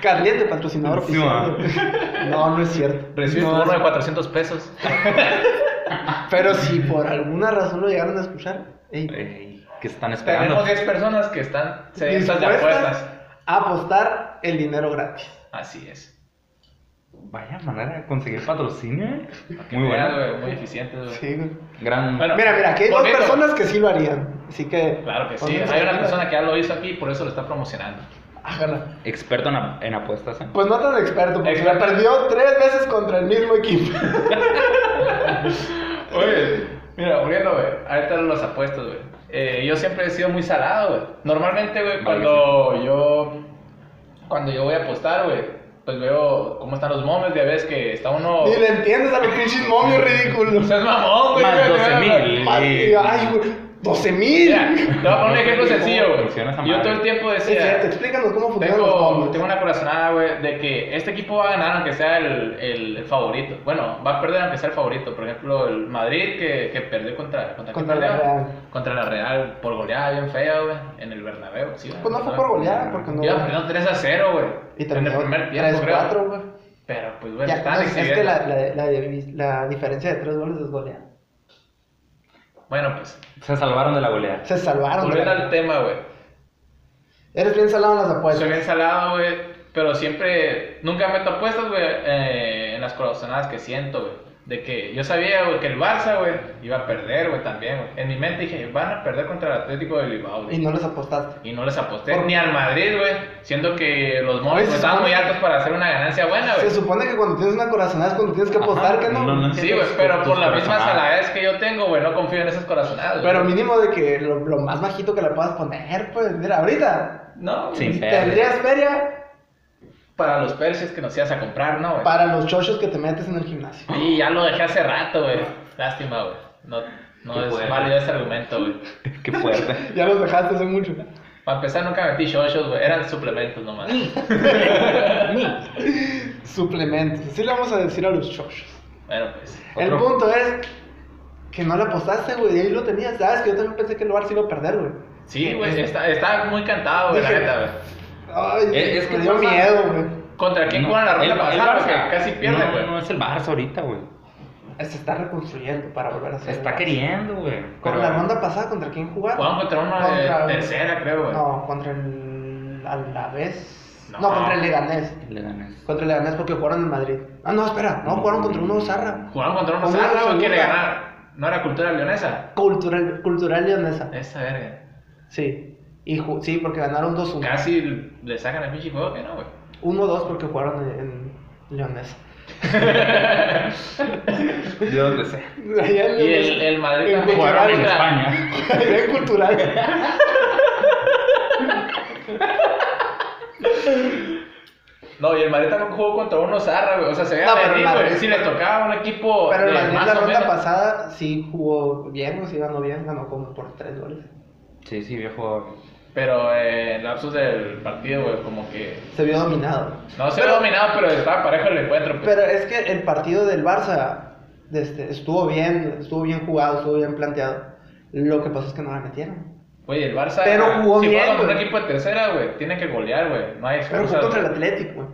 C: Caliente, patrocinador
A: Sí,
C: oficial. güey. no, no es cierto.
B: Recibes
C: No,
B: tu bono
C: es-
B: de 400 pesos.
C: Pero si por alguna razón lo llegaron a escuchar, ey,
A: Ey, ¿Qué están esperando?
B: Tenemos 10 personas que están sedientas de
C: dispuestas
B: apuestas.
C: a apostar el dinero gratis.
B: Así es.
A: Vaya manera de conseguir patrocinio, eh. Muy
B: Muy
A: bueno.
B: Muy eficiente, güey.
C: Sí, güey.
A: Gran.
B: Bueno.
C: Mira, mira, aquí hay dos
B: Volviendo.
C: personas que sí lo harían. Así que.
B: Claro que sí.
C: pónganse
B: Hay una
C: pilas.
B: persona que ya lo hizo aquí y por eso lo está promocionando.
C: Hágala.
A: Experto en, ap- en apuestas, eh.
C: Pues no tan experto, porque
B: Experto.
C: la perdió tres veces contra el mismo equipo.
B: Oye, mira, volviendo, güey. Ahorita los apuestos, güey. Eh, yo siempre he sido muy salado, güey. Normalmente,
A: Vale,
B: güey, cuando yo. Cuando yo voy a apostar, güey, pues veo cómo están los momes. Ya ves que está uno.
C: Ni le entiendes a los pinches momios
B: O
C: ridículos.
B: sea, es mamón, güey.
A: Más
B: güey,
A: 12,000.
C: Ay, güey, 12 mil.
B: Mira, te voy a poner un ejemplo sencillo, güey.
A: Funciona esa
B: Yo
A: madre.
B: todo el tiempo
C: Es
B: decía.
C: cierto, explícanos cómo funcionan los
B: Tengo,
C: momios.
B: tengo una corazonada, güey, de que este equipo va a ganar aunque sea el, el- el favorito. Bueno, va a perder aunque sea el favorito. Por ejemplo, el Madrid que, que perdió contra, contra,
C: Contra
B: quién
C: la
B: perdió?
C: Real.
B: Contra la Real, por goleada bien fea, güey, en el Bernabéu. Sí, güey.
C: Pues no fue por goleada, porque no.
B: Iba perdiendo 3 a 0, güey. En
C: Y
B: el
C: terminó
B: primer tiempo,
C: 3-4,
B: creo.
C: güey.
B: Pero, pues, güey,
C: Ya,
B: están
C: no, es que
B: exhibiendo.
C: la, la, la, la diferencia de tres goles es goleada.
B: Bueno, pues,
A: Se salvaron de la goleada.
C: Se salvaron.
B: volviendo al
C: güey.
B: tema, güey.
C: Eres bien salado en las
B: Pues Soy
C: apuestas.
B: bien salado, güey. Pero siempre, nunca meto apuestas, güey, eh, en las corazonadas que siento, güey. De que yo sabía, güey, que el Barça, güey, iba a perder, güey, también, güey. En mi mente dije, van a perder contra el Atlético de Bilbao,
C: Y
B: güey.
C: no les apostaste.
B: Y no les aposté
C: Por-
B: ni al Madrid, güey. Siendo que los
C: Oye,
B: móviles
C: se
B: estaban
C: supone-
B: muy altos para hacer una ganancia buena, Ah, güey.
C: Se supone que cuando tienes una corazonada es cuando tienes que apostar,
A: Ajá,
C: que no.
A: no, no.
B: Sí, güey,
A: tus-
B: pero por
A: tus
B: la misma
A: corazonadas.
B: saladez que yo tengo, güey, no confío en esas corazonadas. güey.
C: Pero mínimo de que lo, lo más bajito que la puedas poner, pues mira, ahorita.
B: No,
A: Sí.
B: güey.
A: Sin perder.
C: Tendrías feria
B: para los perches que nos ibas a comprar, ¿no, güey?
C: para los chochos que te metes en el gimnasio.
B: Y ya lo dejé hace rato, güey. Lástima, güey. No,
A: Qué
B: no es
A: fuerte.
B: válido ese argumento, güey.
A: Qué fuerte.
C: Ya los dejaste hace mucho.
B: Para empezar, nunca metí shoshos, güey. Eran suplementos nomás.
C: Suplementos. Así le vamos a decir a los chochos.
B: Bueno, pues.
C: El
A: Otro.
C: punto es que no le apostaste, güey. Y ahí lo tenías. Sabes que yo también pensé que el Barça iba a perder, güey.
B: Sí, güey. Está, está muy cantado, güey, la
C: Dije-
B: neta, güey.
C: Ay,
A: Es- es que
C: me dio
A: pasa-
C: miedo, güey.
B: ¿Contra quién juegan la ronda pasada? Porque casi pierden, güey.
A: No, no es el Barça ahorita, güey.
C: Se está reconstruyendo para volver a
A: Se
C: ser.
A: está queriendo, güey.
C: Con la ronda pasada, ¿contra quién jugaron?
B: Jugaban contra uno de
C: Contra-
B: tercera, creo, güey.
C: No, contra el Alavés. No.
B: No.
C: contra el Leganés.
A: Le ganas.
C: Contra el Leganés porque jugaron en Madrid. Ah, no, espera. No, jugaron contra uno de Zarra.
B: Jugaban contra uno de
C: Jugaban
B: Sarra, güey.
C: segunda.
B: Quiere ganar. No era cultura leonesa.
C: Cultural, cultural leonesa.
B: Esa verga.
C: Sí. Y ju- sí, porque ganaron 2-1.
B: Casi le sacan el pinche juego que no, güey.
C: 1-2 porque jugaron en, en leonesa.
A: De dónde sé.
C: Allá
B: Y el,
C: en Leonesa.
B: el Madrid
C: En
B: también
A: Jugaron en
B: ahorita.
A: España.
C: Allá en cultural.
B: No, y el Madrid también jugó contra unos zarra, güey. O sea, se veía
C: No, pero el
B: venir,
C: Madrid-
B: güey. Si les tocaba un equipo
C: Pero el
B: de
C: Madrid
B: más
C: la
B: o
C: ronda
B: menos.
C: pasada sí jugó bien, o sí ganó bien. Ganó como por 3 goles.
A: Sí, sí, viejo.
B: Pero eh, el lapsus del partido, güey, como que...
C: Se vio dominado.
B: No se ve dominado, pero estaba parejo el encuentro. pues.
C: Pero es que el partido del Barça este, estuvo bien, estuvo bien jugado, estuvo bien planteado. Lo que pasó es que no la metieron.
B: Güey, el Barça...
C: Pero jugó
B: si
C: bien,
B: juega contra
C: güey.
B: un equipo de tercera, güey, tiene que golear, güey. No hay
C: Pero
B: excusa.
C: fue contra el
B: güey.
C: Atlético, güey.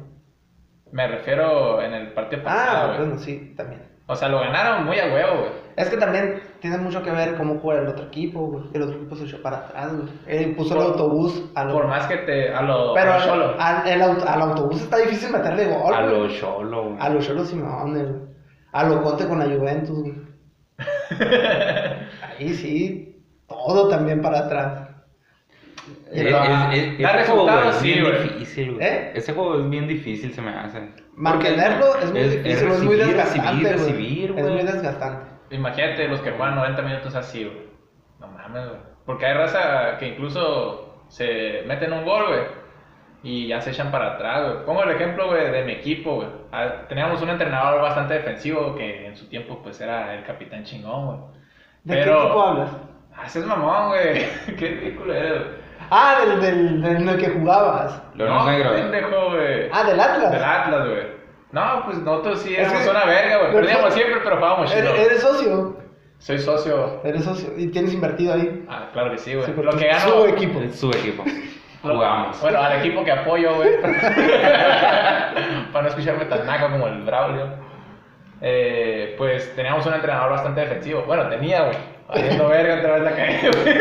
B: Me refiero en el partido
C: Ah,
B: pasado, güey.
C: bueno, sí, también.
B: O sea, lo ganaron muy a huevo, güey.
C: Es que también tiene mucho que ver cómo juega el otro equipo, güey. El otro equipo se echó para atrás, güey. Él puso el
B: Por-
C: autobús a lo...
B: Por más que te... A lo...
C: Pero
B: a
C: al,
B: lo solo.
C: al- el aut- al autobús está difícil meterle gol,
A: A
C: güey.
A: lo cholo, güey.
C: A los Cholos Simeones, güey. A lo Conte con la Juventus, güey. Ahí sí, todo también para atrás.
A: Es-
B: Pero, ah,
A: es- es-
B: da
A: ese juego,
B: resultados,
A: güey, es
B: sí,
A: bien
B: güey.
A: difícil, güey.
C: ¿Eh?
A: Ese juego es bien difícil, se me hace.
C: Mantenerlo es muy difícil, es, muy
A: recibir,
C: desgastante. güey.
A: Recibir, recibir,
C: es muy
A: güey.
C: desgastante.
B: Imagínate los que juegan 90 minutos así, güey. No mames, güey. Porque hay raza que incluso se meten un gol, güey. Y ya se echan para atrás, güey. Pongo el ejemplo, güey, de mi equipo, güey. Ah, Teníamos un entrenador bastante defensivo que en su tiempo, pues, era el capitán chingón, güey.
C: ¿De
B: Pero-
C: qué equipo hablas?
B: Haces mamón, güey. Qué ridículo eres, güey.
C: Ah, del, del, del en el que jugabas.
A: Leonel Negro, güey.
B: pendejo, güey.
C: Ah, del Atlas.
B: Del Atlas, güey. No, pues nosotros sí
C: Es
B: éramos
C: que-
B: una verga, güey.
C: pero-
B: Perdíamos siempre, pero jugábamos chido.
C: eres, eres socio.
B: Soy socio.
C: Eres socio. Y tienes invertido ahí.
B: Ah, claro que sí, güey.
C: Sí, porque
B: Lo que
C: es
B: gano...
C: su equipo.
A: Es su equipo.
B: Lo-
A: Jugamos.
B: Bueno, al equipo que apoyo, güey. Para no escucharme tan naco como el Braulio. eh, pues teníamos un entrenador bastante defensivo. Bueno, tenía, güey. Haciendo verga, otra vez la caí, güey.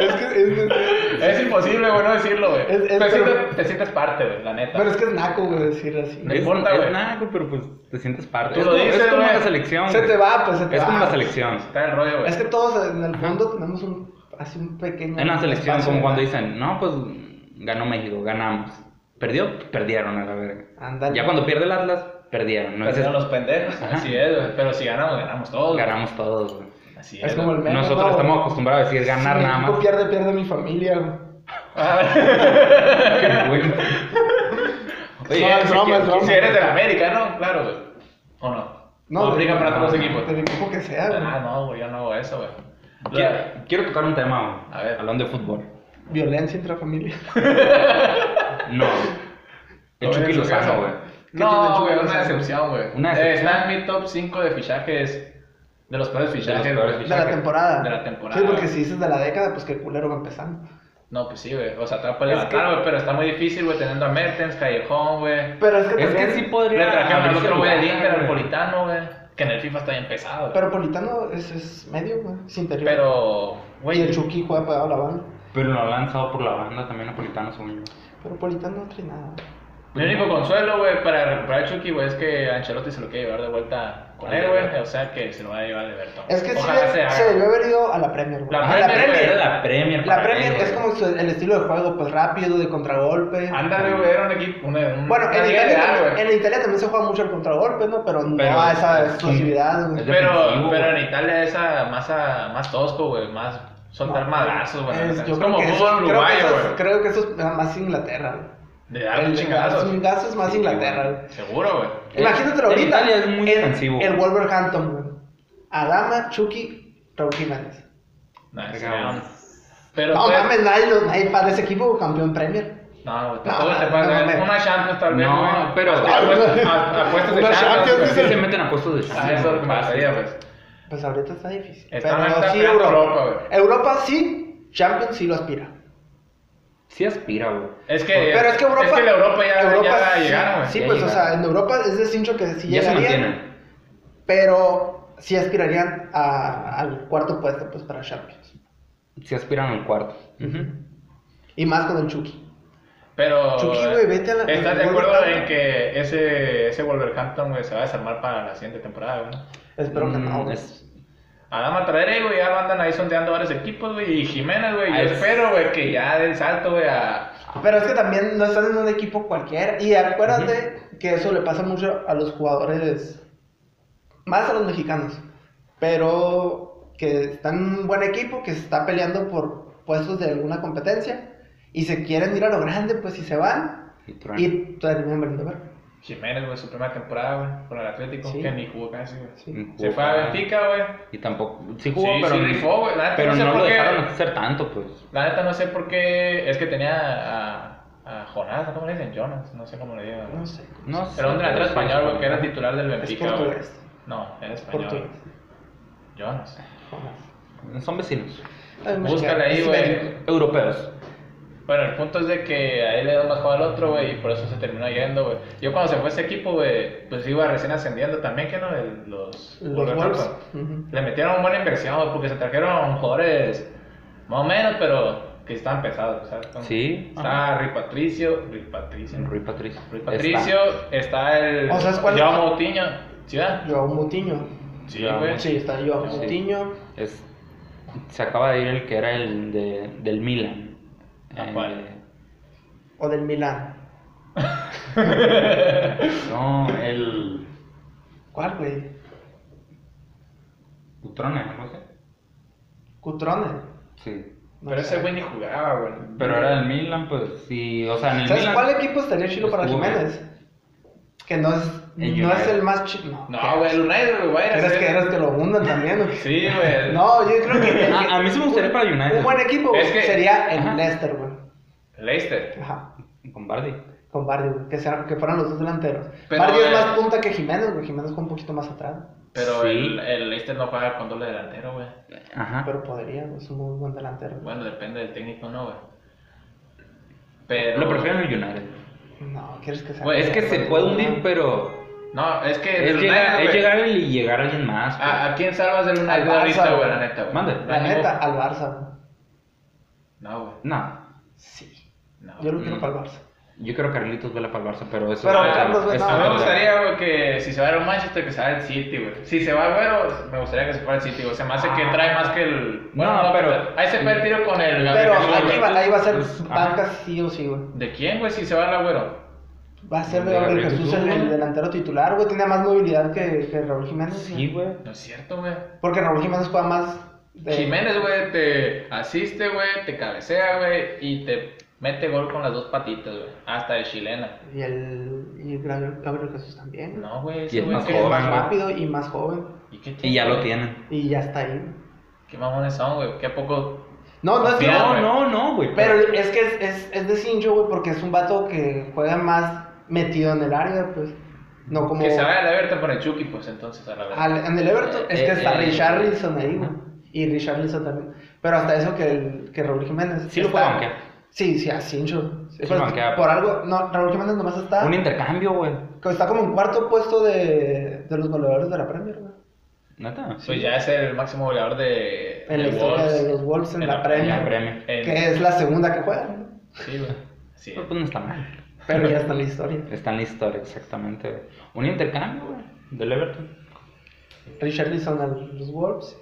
C: Es que es, es-
B: Es imposible, güey, no decirlo, güey.
C: Es- es-
B: te,
C: pero-
B: sientes, te sientes parte, güey, la neta.
C: pero es que es naco, güey, decir así.
B: No importa,
A: es
B: güey.
A: nada, güey, pero pues te sientes parte.
B: Tú
A: es
B: lo
A: como, es
B: dices,
A: como
B: güey.
A: la selección.
C: Se
A: güey.
C: te va, pues se te
A: Es
C: va.
A: como la selección.
B: Está el rollo, güey.
C: Es que todos en el fondo tenemos un, así un pequeño.
A: En la selección,
C: espacio,
A: como cuando
C: ¿verdad?
A: dicen, no, pues ganó México, ganamos. Perdió, perdieron a la verga.
C: Ándale.
A: Ya cuando pierde el Atlas, perdieron. No
B: Perdieron
A: Dices,
B: los pendejos. Así es, güey. Pero si ganamos, ganamos todos. güey.
A: ganamos todos. güey.
B: Así es.
C: Es como el meme.
A: Nosotros
C: ¿no?
A: estamos acostumbrados a decir ganar
C: Si
A: nada
C: México
A: más.
C: pierde, pierde mi familia, güey.
A: Qué bueno.
C: No, es
A: si
C: broma,
A: quieres-
C: es broma.
B: Si eres del América, ¿no? Claro, güey. ¿O no? No,
C: de-
B: aplica para todos los equipos.
C: Del equipo que sea, güey.
B: Ah, no, güey, yo no hago eso, güey.
A: Quiero, quiero tocar un tema, güey.
B: A ver.
A: Hablando de fútbol.
C: Violencia intrafamilia.
A: No. El Chucky
B: lo
A: Lozano, güey.
C: ¿Qué tiene el
B: No,
C: Chucky
B: güey, una
C: Lozano?
B: decepción, güey.
A: Una
B: Eh,
A: decepción.
B: está en mi top 5 de fichajes. De los peores fichajes.
A: De los peores
C: De
A: fichajes.
B: güey.
C: la temporada.
B: De la temporada.
C: Sí, porque si dices de la década, pues qué culero va empezando.
B: No, pues sí, güey. O sea, te va a
C: Es
B: levantar,
C: que-
B: güey, pero está muy difícil, güey, teniendo a Mertens, Callejón, güey.
C: Pero es que
A: Es que
C: también-
A: sí
B: Le
A: podría.
B: trajeron al
A: abrirse
B: otro güey del
A: lugar,
B: Inter, al
A: güey.
B: Politano, güey. Que en el FIFA está bien pesado, güey.
C: Pero Politano es, es medio, güey. Es interior.
B: Pero,
C: Y
B: güey,
C: el Chucky juega pegado a la banda.
A: Pero lo ha lanzado por la banda también Napolitano, según yo.
C: Pero Politano no trae nada.
B: Mi único consuelo, güey, para recuperar a Chucky, güey, es que Ancelotti se lo quiere llevar de vuelta con él, güey. O sea, que se lo va a llevar de Bertón.
C: Es que sí,
B: Ojalá se
C: se,
B: haga.
C: debió haber ido a la Premier, güey.
B: La
C: Ajá,
B: Premier,
A: Pero
B: güey.
A: era la Premier.
C: La
A: para
C: Premier
A: él,
C: es
A: güey.
C: como su- el estilo de juego, pues rápido, de contragolpe.
B: Ándale, güey, era un equipo. Una, un-
C: Bueno,
B: una
C: en
B: liga ideal,
C: Italia,
B: güey.
C: en Italia también se juega mucho el contragolpe, ¿no? Pero no
A: Pero
C: a esa
A: es un-
C: explosividad, güey.
A: es
B: Pero,
A: defensivo,
B: pero
A: güey.
B: en Italia esa masa más tosco, güey, más soltar
C: No,
B: madrazos, güey.
C: es-
B: Es,
C: yo creo
B: como
C: que eso-
B: fútbol
C: creo que
B: uruguayo,
C: eso es-
B: güey.
C: Creo que eso es más Inglaterra, güey.
B: De dar
C: El
B: chingadazos.
C: chingazo es más
A: Sí,
C: Inglaterra,
A: güey.
C: güey.
B: Seguro, güey.
A: El-
C: Imagínate
A: el
C: ahorita.
A: Italia es muy
C: el,
A: defensivo.
C: El Wolverhampton, güey. Adama, Chucky, Raúl Jiménez.
B: No,
A: Verga,
B: ese era un-
A: güey.
B: Pero,
C: No
B: pues,
C: mames, nadie, lo- nadie para ese equipo campeón Premier.
B: No, güey,
C: No,
B: tampoco te
C: no,
B: pagan
C: no,
B: una Champions tal vez,
A: No,
B: güey.
A: pero-
B: Apuestas- a- apuestas de
C: Una Champions,
B: Champions,
A: Sí
B: güey.
A: se meten a puestos de
B: A Ah, eso es lo que me refería, pues.
C: Pues ahorita está difícil.
B: Está- está peleando Europa, güey.
C: Europa sí, Champions sí lo aspira.
A: Sí aspira, güey.
B: Es que,
C: Pero es que Europa.
B: Es que la Europa ya,
C: Europa
B: ya va a
C: sí-
B: llegar, güey.
C: Sí,
A: ya
C: pues, o
A: llegaron.
C: sea, en Europa es de cincho que sí
A: Ya se
C: llegarían,
A: mantienen.
C: Pero sí aspirarían a- al cuarto puesto, pues, para Champions.
A: Sí aspiran al cuarto. Ujú.
C: Y más con el Chucky.
B: Pero.
C: Chucky, güey, vete a la-
B: ¿Estás de acuerdo
C: Wolverhampton?
B: en que ese, ese Wolverhampton, güey, se va a desarmar para la siguiente temporada, güey? no?
C: Espero que
A: Mm,
C: no. güey.
A: es-
B: Adama Traoré, eh, güey, ya lo andan ahí sondeando varios equipos, güey. Y Jiménez, güey, yo
A: Ah, es-
B: espero, güey, que ya den salto, güey, a...
C: Pero es que también no están en un equipo cualquiera. Y acuérdate que eso le pasa mucho a los jugadores, más a los mexicanos, pero que están en un buen equipo, que se está peleando por puestos de alguna competencia y se quieren ir a lo grande, pues si se van
A: Y truena.
C: y terminan valiendo verga.
B: Jiménez, güey, su primera temporada, güey, con el Atlético,
C: Sí.
B: que ni jugó casi, güey.
C: Sí.
A: Mm,
B: Se
A: jugó
B: fue a
A: para-
B: Benfica, güey.
A: Y tampoco. Sí jugó,
B: Sí,
A: pero.
B: sí rifó, güey. La neta
A: Pero
B: no sé
A: no
B: por
A: lo
B: qué.
A: dejaron hacer tanto, pues.
B: La neta no sé por qué es que tenía a, a Jonás, ¿cómo le dicen? Jonas, no sé cómo le digo.
C: No sé.
A: No sé.
B: Era un
A: pero
B: delantero
A: sí,
B: español, güey,
A: sí.
B: que era titular del
C: Es
B: Benfica, güey.
C: portugués.
B: No, era español.
C: Portugués.
B: Jonas.
A: Son vecinos.
C: Ay, me
B: Búscale
C: queda-
B: ahí,
C: es
B: güey.
C: ibérico.
A: Europeos.
B: Bueno, el punto es de que a él le dio más juego al otro, güey, y por eso se terminó yendo, güey. Yo cuando se fue ese equipo, güey, pues iba recién ascendiendo también, que no, El- los...
C: Los
B: Wolverhampton.
C: Wolves. Ujú.
B: Le metieron buena inversión, güey, porque se trajeron jugadores más o menos, pero que estaban pesados, ¿sabes? Como-
A: Sí.
B: Está Rui Patricio, Rui Patricio,
A: Rui Patricio.
B: Rui Patricio, está, el
C: O sea, ¿es cuál?
B: Joao Moutinho, ¿sí, verdad?
C: Joao Mutiño.
B: Sí,
A: Joao
B: güey.
C: Sí, está Joao
A: Sí.
C: Mutiño.
A: Está. Es- Se acaba de ir el que era el de, del Milan.
B: ¿A cuál?
C: o del Milán.
A: No, el.
C: ¿Cuál, güey?
A: Cutrone, no sé.
C: Cutrone.
A: Sí.
C: No
B: Pero
C: sé.
B: ese güey ni jugaba, güey.
A: Pero era del Milan, pues sí. O sea, en el
C: ¿Sabes
A: Milan.
C: cuál equipo estaría chido para
A: Estuvo bien.
C: Jiménez? Que no es,
A: El
C: no es
A: United.
C: el más chido. No,
B: No, güey, el United, güey, vaya a
C: ¿Crees
B: ser-
C: que, eres que lo hundan también? o qué?
B: Sí, güey.
C: No, yo creo que.
A: A- a mí sí me gustaría para United.
C: Un buen equipo güey,
B: Es que-
C: sería el
A: Ajá.
C: Leicester, güey.
B: Leicester.
C: Ajá.
A: Con Bardi.
C: Con Bardi, güey. Que, sea- que fueran los dos delanteros.
B: Pero,
C: Bardi es
B: eh,
C: más punta que Jiménez, güey. Jiménez fue un poquito más atrás.
B: Pero
A: Sí.
B: el, el Leicester no juega con doble delantero, güey.
A: Ajá.
C: Pero podría, güey, es un muy buen delantero. güey.
B: Bueno, depende del técnico, no, güey. Pero.
A: Lo prefiero en el United.
C: No, quieres que sea.
B: Güey,
A: Es que se puede hundir, pero
B: No, es que. de
A: Es
B: los
A: llegar, Ah,
B: Niners,
A: es
B: güey,
A: llegar y llegar alguien más. pues. güey.
B: ¿A, a quién salvas del
C: Al
B: United
C: Barça,
B: ahorita, güey,
C: güey.
B: la neta, güey?
A: Mande.
B: No
C: La
B: hay
C: neta,
B: ningún-
C: al Barça.
B: No, güey.
A: No. Sí.
B: No.
C: Yo lo
A: Mm.
C: quiero para el Barça.
A: Yo creo que Carlitos vela para el Barça, pero eso
C: Pero
A: es otra-
C: Carlos, güey,
A: es
C: no.
B: A
A: otra
B: mí me
A: cosa.
B: gustaría, güey, que si se va a Manchester, que se vaya al City, güey. Si se va Güero, me gustaría que se fuera al City, güey. Se me hace que trae más que el...
A: Ah. No, pero-
B: Ahí se fue el tiro con el...
C: Pero
B: Gabriel Jesús,
C: aquí
B: güey.
C: va, ahí va a ser
A: Pues, ajá.
C: banca sí o sí, güey.
B: ¿De quién, güey, si se va el Agüero?
C: Va a ser
A: De
C: de Gabriel
A: Gabriel
C: Jesús
A: Jesús,
C: el,
A: Pues, güey.
C: el delantero titular, güey. Tiene más movilidad que, que Raúl Jiménez.
A: Sí, güey.
B: No es cierto, güey.
C: Porque Raúl Jiménez juega más de...
B: Jiménez, güey, te asiste, güey, te cabecea, güey, y te mete gol con las dos patitas, güey. Hasta de chilena.
C: Y el, y el Gabriel, Gabriel Jesús también.
B: No, güey,
A: Y
B: ese
A: es
B: güey
A: más
B: que-
C: Que es más
A: Joven, güey.
C: rápido y más joven.
B: ¿Y, qué tiene,
A: Y ya lo
B: güey?
A: tienen.
C: Y ya está ahí.
B: ¿Qué mamones son, güey? ¿Qué poco...?
C: No, no es que...
B: Bien,
A: No,
B: güey.
A: no, no, güey.
C: Pero es que es, es, es de cincho, güey, porque es un vato que juega más metido en el área, pues. No como...
B: Que se vaya al Everton por el Chucky, pues, entonces, a la verdad.
C: Al- en el Everton es que
A: Eh,
C: está
A: eh,
C: Richarlison ahí, güey. Y Richarlison también. Pero hasta eso que, el, que Raúl Jiménez.
A: Sí lo
C: está-
A: puede banquear.
C: Sí, sí, a Cincho.
A: Sí lo banquea.
C: por algo, no, Raúl Jiménez nomás está.
A: Un intercambio, güey.
C: que Está como en cuarto puesto de, de los goleadores de la Premier, güey.
A: Neta.
B: Pues ya es el máximo goleador de,
C: En la
B: de
C: historia
B: Wolves.
C: de los Wolves en,
B: En
C: la,
B: la-
C: Premier.
A: Ya, premio.
B: En-
C: Que es la segunda que juegan. ¿no?
B: Sí, güey. Sí.
A: Pues no está mal.
C: Pero ya está en la historia.
A: Está en la historia, exactamente. güey. Un intercambio, güey, del Everton.
C: Richarlison a los Wolves.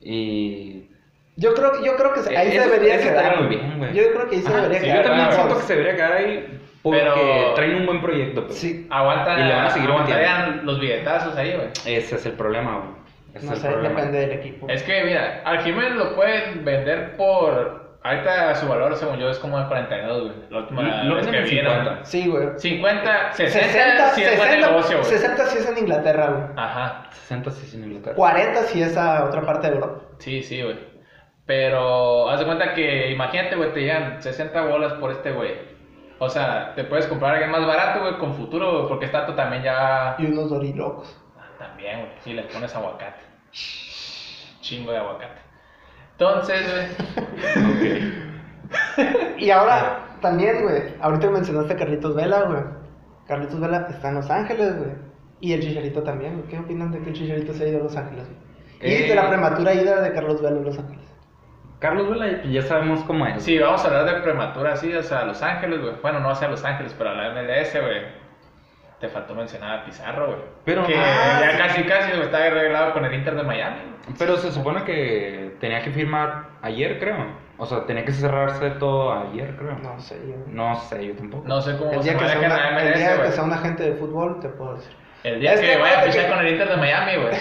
A: Y. e-
C: Yo creo, yo creo que se- Pues, ahí
A: Eso-
C: se debería
A: eso
C: quedar.
A: estaría muy bien, güey.
C: Yo creo que ahí se
A: Ajá,
C: debería
A: sí,
C: quedar.
A: Yo también
B: Ah,
A: siento
B: pues.
A: que se debería quedar ahí porque
B: Pero-
A: traen un buen proyecto, pues.
C: Sí.
B: Aguanta,
A: Y le van a seguir
B: aguantarían los billetazos ahí, güey.
A: Ese es el problema, güey. Ese
C: No
A: es el
C: sé,
A: problema.
C: depende del equipo.
B: Es que, mira, al Jiménez lo pueden vender por... Ahorita su valor, según yo, es como de 42, güey. La última
A: Lo
B: vez que
A: venden en
B: vieron.
A: 50.
C: Sí, güey.
B: 50, 60,
C: 60,
B: si es buen negocio, güey.
C: 60 si es en Inglaterra, güey.
B: Ajá.
A: 60 sí sin Inglaterra.
C: 40 si es a otra parte de Europa.
B: Sí, sí, güey. Pero haz de cuenta que, imagínate, güey, te llegan 60 bolas por este güey. O sea, te puedes comprar a alguien más barato, güey, con futuro, güey, porque Tato también ya... ah,
C: Y unos dorilocos.
B: También, güey, si le pones aguacate. Chingo de aguacate. Entonces, güey,
C: Y ahora, también, güey. Ahorita mencionaste a Carlitos Vela, güey. Carlitos Vela está en Los Ángeles, güey. Y el Chicharito también, güey. ¿Qué opinan de que el Chicharito se ha ido a Los Ángeles, güey? Y
A: Eh.
C: de la prematura ida de Carlos Vela a Los Ángeles.
A: Carlos Vela, ya sabemos cómo es.
B: sí, vamos a hablar de prematura, sí, o sea, Los Ángeles, güey. Bueno, no hacia Los Ángeles, pero a la MLS, güey. Te faltó mencionar a Pizarro, güey.
A: Pero-
B: que
C: Ah,
B: ya
C: sí.
B: casi, casi güey, está arreglado con el Inter de Miami. güey.
A: Pero se supone que tenía que firmar ayer, creo. O sea, tenía que cerrarse todo ayer, creo.
C: No sé, yo.
A: No sé, yo tampoco.
B: No sé cómo
C: El
B: se
C: día, que sea,
B: maneja la
C: una, el día
B: MLS,
C: que
B: güey.
C: sea un agente de fútbol, te puedo decir.
B: El día
C: Es
B: que
C: que
B: vaya a
C: acuérdate
B: fichar
C: que-
B: con el Inter de Miami, güey.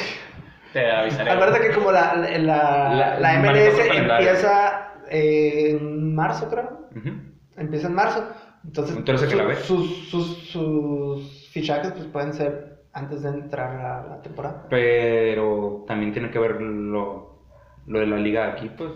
B: Te avisaré. güey.
C: Acuérdate que como la, la, la,
A: La-
C: la
A: manejó
C: MLS
A: su calendario.
C: empieza eh, en marzo, creo.
A: Ujú.
C: Empieza en marzo. Entonces,
A: Entonces, que la ve.
C: sus, sus, sus fichajes pues, pueden ser antes de entrar a la temporada.
A: Pero también tiene que ver lo, lo de la liga de aquí, pues.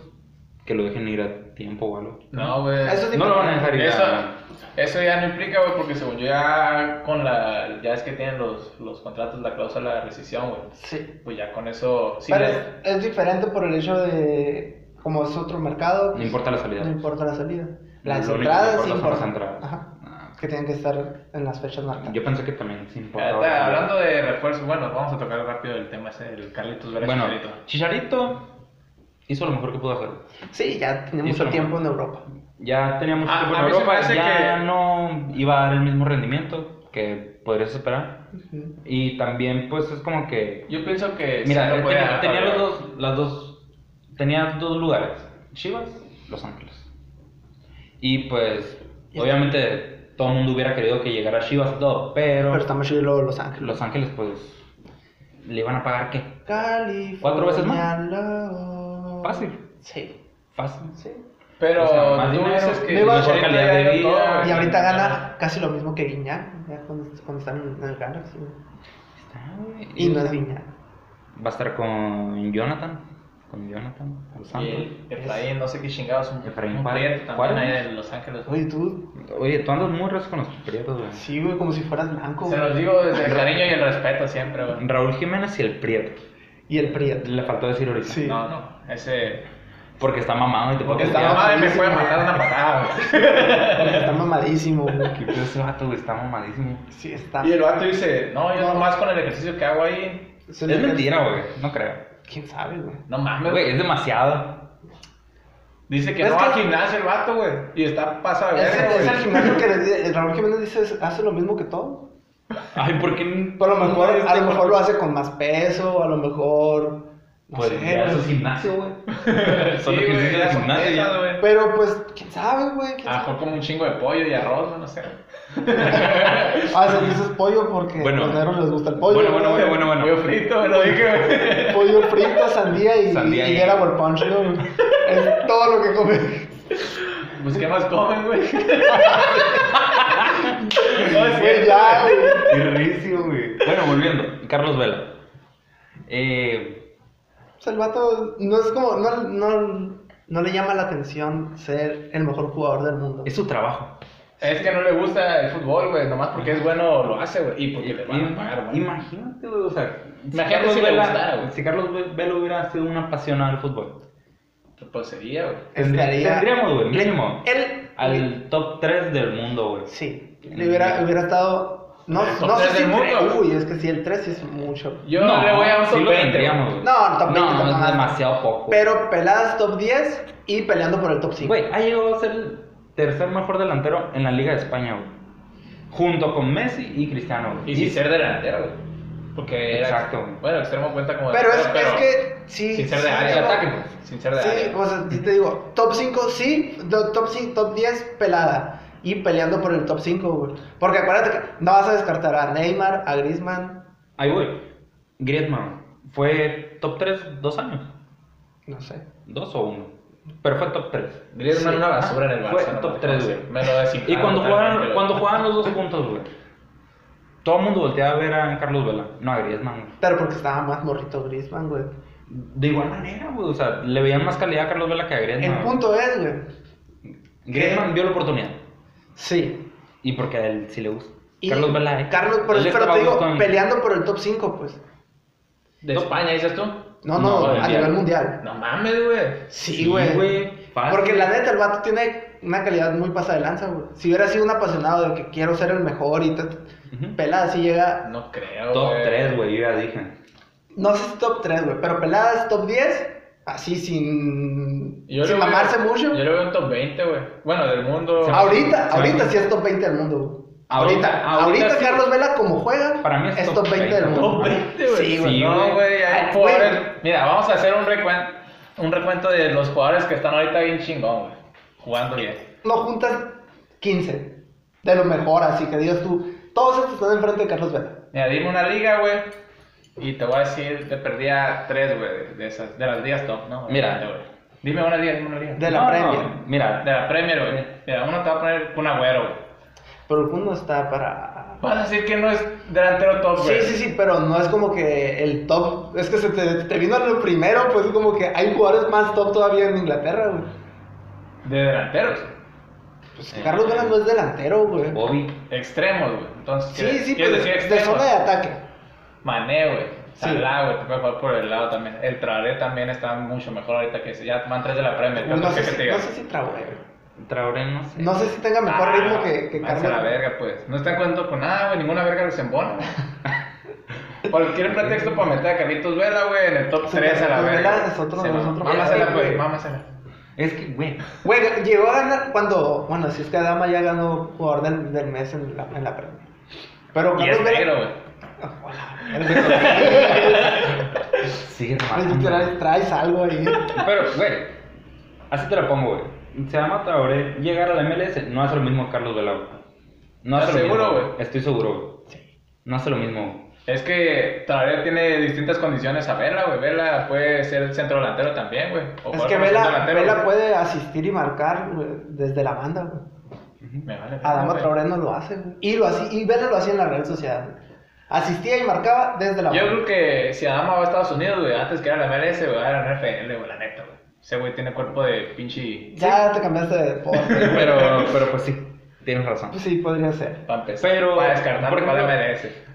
A: Que lo dejen ir a tiempo o algo.
B: No, güey.
C: Eso es
A: No lo van a dejar ir
B: Eso,
A: a...
B: eso ya no implica, güey, porque según yo ya con la... Ya es que tienen los, los contratos, la cláusula de rescisión, güey.
C: Sí.
B: Pues ya con eso... Sí,
C: Pero
B: le-
C: es, es diferente por el hecho de, como es otro mercado,
A: No importa la salida.
C: no importa la salida. Las
A: Lo único que
C: entradas
A: importa son
C: sí
A: las
C: importan.
A: entradas.
C: Ajá.
A: Ah,
C: Que tienen que estar en las fechas marcadas.
A: Yo pensé que también se importaba.
B: Ahorita, Eh, hablando de refuerzos, bueno, vamos a tocar rápido el tema ese del Carlitos Vera
A: Bueno,
B: Chicharito.
A: Chicharito hizo lo mejor que pudo hacer.
C: Sí, ya tenía
A: Y eso
C: mucho
A: no.
C: tiempo en Europa.
A: Ya teníamos
B: Ah,
A: tiempo
B: a
A: en
B: mí se me
A: Europa,
B: hace
A: ya
B: que-
A: no iba a dar el mismo rendimiento que podrías esperar.
C: Ujú.
A: Y también, pues, es como que...
B: Yo pienso que...
A: Mira,
B: sí lo
A: él
B: puede
A: tenía,
B: ganar,
A: tenía los
B: güey.
A: dos, las dos, tenía dos lugares, Chivas, Los Ángeles. Y pues,
C: Y-
A: obviamente, todo el mundo hubiera querido que llegara a Chivas y todo, pero
C: Pero estamos chidos luego Los Ángeles.
A: Los Ángeles, pues, le iban a pagar qué?
C: California.
A: ¿Cuatro veces más?
C: Love.
A: Fácil.
C: Sí,
A: Fácil.
C: sí.
B: Pero
A: O sea, más
B: tú
A: dinero,
B: dices que...
C: mejor
B: Chicharito
A: calidad
B: ya
A: de
B: dio
A: vida.
B: todo,
C: Y
B: güey.
C: ahorita gana casi lo mismo que Guiñac, ya cuando, cuando están en el Galaxy. güey.
A: Está, güey.
C: Y no es Guiñac.
A: Va a estar con Jonathan, con Jonathan, con
B: Pues, Y
A: Santos.
B: el Efraín, no sé qué chingados, un,
A: Efraín
B: un
A: Juárez.
B: prieto también
A: Juárez.
B: ahí de Los Ángeles.
C: Oye, tú,
A: Oye, tú andas muy recio con los prietos, güey.
C: sí, güey, como si fueras blanco.
B: Se
C: güey.
B: los digo desde el cariño y el respeto siempre, güey.
A: Raúl Jiménez y el prieto.
C: Y el Prieto.
A: Le faltó decir ahorita.
C: Sí.
B: No, no, ese...
A: Porque está mamado y te puede
B: Porque esta
A: putear.
B: mamá me puede matar una patada, güey.
C: Porque está mamadísimo, güey.
A: ¿Qué pedo pues, ese vato, güey? Está mamadísimo.
C: Sí, está.
B: Y el vato dice, no, yo nomás con el ejercicio que hago ahí,
A: Es mentira, güey. No creo.
C: ¿Quién sabe, güey?
B: no mames,
A: Güey, es demasiado.
B: Dice que
C: Es
B: no
C: que-
B: al gimnasio el vato, güey. Y está pasado de
C: Es,
B: verga,
C: es
B: güey.
C: el gimnasio que les di- el Raúl Jiménez dice, es- hace lo mismo que todo.
A: Ay, ¿por qué? n-
C: Pero a lo mejor,
A: este
C: a lo
A: güey?
C: mejor lo hace con más peso, a lo mejor... No
A: Pues
C: sé,
A: ya
C: güey.
A: eso es gimnasio, güey.
B: Sí,
A: Son los que
B: güey,
A: dicen
B: ya
A: el
B: son
A: gimnasio,
B: pesas,
A: ya.
B: güey.
C: Pero pues, ¿quién sabe, güey? ¿Quién
B: A lo
C: sabe?
B: mejor como un chingo de pollo y arroz, güey, no sé.
C: Ah, se dices pollo porque
A: Bueno.
C: a los negros les gusta el pollo.
A: Bueno, bueno,
C: güey.
A: bueno, bueno, bueno.
B: Pollo frito, me lo dije, güey.
C: Pollo frito, sandía y,
A: Sandía
C: y,
A: y-
C: era por punch, ¿no? güey? Es todo lo que come.
B: Pues, ¿qué más comen, güey? No, es
C: Güey,
B: cierto,
C: Pues, ya,
B: güey.
C: güey.
A: Qué recio, güey. Bueno, volviendo. Carlos Vela. Eh,
C: O sea, Pues, el vato no es como, no, no, no le llama la atención ser el mejor jugador del mundo.
A: es su trabajo.
B: Es que no le gusta el fútbol, güey. Nomás porque es bueno lo hace, güey. Y porque le van a
A: Eh, Im-
B: pagar, güey.
A: Imagínate, güey. O sea,
B: Imagínate si le gustara, güey.
A: si Carlos Ve- Vela hubiera sido un apasionado del fútbol.
B: Pues sería, güey.
C: Estaría-
A: Tendríamos, güey, mínimo.
C: Él,
A: Al top 3 del mundo, güey.
C: sí, le hubiera, hubiera estado, no,
B: El top
C: no sé
B: tres
C: si
B: del
C: tres,
B: mundo.
C: uy, es que sí, el 3 sí es mucho.
B: Yo le voy a un
A: sí
B: top
A: lo
B: 20,
A: tendríamos,
B: güey.
A: güey.
C: No, el top 20
A: No,
C: tampoco
A: es
C: nada.
A: demasiado poco.
C: Pero peladas top 10 y peleando por el top 5.
A: Güey, ha llegado a ser el tercer mejor delantero en la Liga de España, güey. Junto con Messi y Cristiano, güey.
B: Y sin ser delantero, güey. Porque era-
A: Exacto, güey.
B: Bueno, extremo cuenta como.
C: Pero es,
B: delantero,
C: es que sí.
B: Sin ser
C: sí,
B: de área.
A: de
C: no.
A: ataque, pues.
B: Sin ser de
C: sí,
B: área.
C: o sea, sí te digo, top 5 sí, do- top 5, top 10 pelada y peleando por el top 5, güey. Porque acuérdate que no vas a descartar a Neymar, a Griezmann,
A: Ahí voy. Griezmann fue top 3 dos años.
C: no sé.
A: Dos o uno. Pero fue top 3.
B: Griezmann
C: Sí.
B: una basura en el Barça.
A: Fue
B: no
A: top
B: me
A: tres,
B: conoce.
A: güey.
B: Me lo desinflaron
A: Y cuando
B: totalmente,
A: jugaban,
B: güey.
A: cuando jugaban los dos juntos, güey. Todo el mundo volteaba a ver a Carlos Vela. No, a Griezmann, güey.
C: Pero porque estaba más morrito Griezmann, güey.
A: De igual manera, güey. O sea, le veían más calidad a Carlos Vela que a Griezmann.
C: El
A: güey.
C: punto es, güey.
A: Griezmann vio la oportunidad.
C: Sí.
A: Y porque a él sí le gusta.
C: Y
A: Carlos Vela, eh.
C: Carlos, por
A: Él
C: eso, pero
A: estaba
C: te digo,
A: buscando-
C: peleando por el top 5, pues.
B: ¿De
A: Top-
B: España dices tú?
C: No, no,
A: No,
C: a
A: mundial.
C: nivel mundial.
B: No mames, güey.
C: Sí, güey.
A: fácil.
C: Porque la neta, el vato tiene una calidad muy pasada de lanza, güey. Si hubiera sido un apasionado de que quiero ser el mejor y tal,
A: Ujú.
C: pelada sí llega
B: No creo.
A: Top 3, güey, yo ya dije.
C: No sé si top 3, güey, pero peladas top 10, así sin,
B: Yo le
C: sin
B: veo-
C: mamarse mucho.
B: Yo le veo un top 20, güey. Bueno, del mundo.
A: Se va-
C: Ahorita,
A: se va-
C: ahorita sí es top 20 del mundo, güey.
A: Ahorita,
C: Ahorita,
A: ahorita
C: ahorita,
A: sí.
C: Carlos Vela como juega,
A: Para mí es top 20
C: del mundo.
A: Top
B: 20, güey.
C: Sí, güey.
A: Sí,
B: No, güey. hay
C: Ay,
B: jugadores-
C: Ah, güey.
B: Mira, vamos a hacer un recuento, un recuento de los jugadores que están ahorita bien chingón, güey. Jugando bien.
C: No juntas 15 de lo mejor, así que digas tú, todos estos están enfrente de Carlos Vela.
B: Mira, dime una liga, güey. Y te voy a decir, te perdía tres, güey, de esas, de las ligas top, ¿no?
A: Mira.
B: Obviamente, güey. Dime una liga, dime una liga.
C: De la Premier.
A: mira,
B: De la Premier, güey. Mira, uno te va a poner un agüero, güey.
C: Pero el mundo está para.
B: Vas a decir que no es delantero top,
C: Sí,
B: güey.
C: sí, sí, pero no es como que el top. Es que se te, te vino lo primero, pues como que hay jugadores más top todavía en Inglaterra, güey.
B: De delanteros.
C: Pues Carlos Vela no es delantero, güey.
A: Bobby.
B: Extremos, güey. Entonces,
C: Sí,
B: Oh, ¿quieres-
C: sí,
B: ¿quieres
C: pues
B: decir
C: de
B: extremos?
C: zona de ataque.
B: Mané, güey.
C: Sí.
B: Salah, güey, te puede jugar por el lado también. El Traoré también está mucho mejor ahorita que ese. Ya van tres de la Premier. ¿qué
C: Pues, No
B: otro
C: sé,
B: que
C: si,
B: te diga?
C: no sé si Traoré, güey.
A: Traoré, no sé.
C: No sé si tenga mejor
B: Ah,
C: ritmo que, que
B: váyanse a la verga, pues. No está en cuento con nada, güey. Ninguna verga les embona, güey. Cualquier pretexto para meter a Carlitos Vela, güey, en el top
C: Sí,
B: 3 a la
C: Carlitos
B: verga.
C: Vela es otro-
B: Se
C: es
B: mamó.
C: otro
B: Mámasela,
C: pedo,
B: pues,
C: güey.
B: mámasela.
A: Es que, güey.
C: Güey, llegó a ganar cuando. Bueno, si es que Adama ya ganó jugador del, del mes en la, en la Premier. Pero
B: Y
C: Carlos
B: es
C: Vela-
B: negro, güey.
C: El negro.
A: Sí,
C: Pues,
A: hermano.
C: literal, traes algo ahí.
A: Pero, güey. Así te lo pongo, güey. Se llama Traoré. Llegar a la MLS no hace lo mismo que Carlos Vela, güey. No hace
B: ¿Estás
A: lo
B: seguro,
A: mismo.
B: güey?
A: Estoy seguro, güey. No hace lo mismo, güey.
B: Es que Traoré tiene distintas condiciones a Vela, güey. Vela puede ser centro delantero también, güey. O
C: Es
B: jugar
C: que
B: como centro
C: Vela,
B: delantero,
C: Vela
B: güey.
C: puede asistir y marcar güey, desde la banda, güey.
B: Me vale. verga,
C: Adama
B: güey.
C: Traoré no lo hace, güey. Y, lo hacía- y Vela lo hacía en la Real Sociedad. güey. Asistía y marcaba desde la
B: Yo
C: banda.
B: creo que si Adama va a Estados Unidos, güey, antes que era la MLS, güey, era la NFL, güey, la neta, güey. Ese güey tiene cuerpo de pinche
C: Ya te cambiaste de deporte.
A: Pero, pero pues sí. Tienes razón.
C: Pues sí, podría ser.
B: para empezar.
A: Pero,
B: para descartar
A: por
B: para la
A: ejemplo,
B: MLS.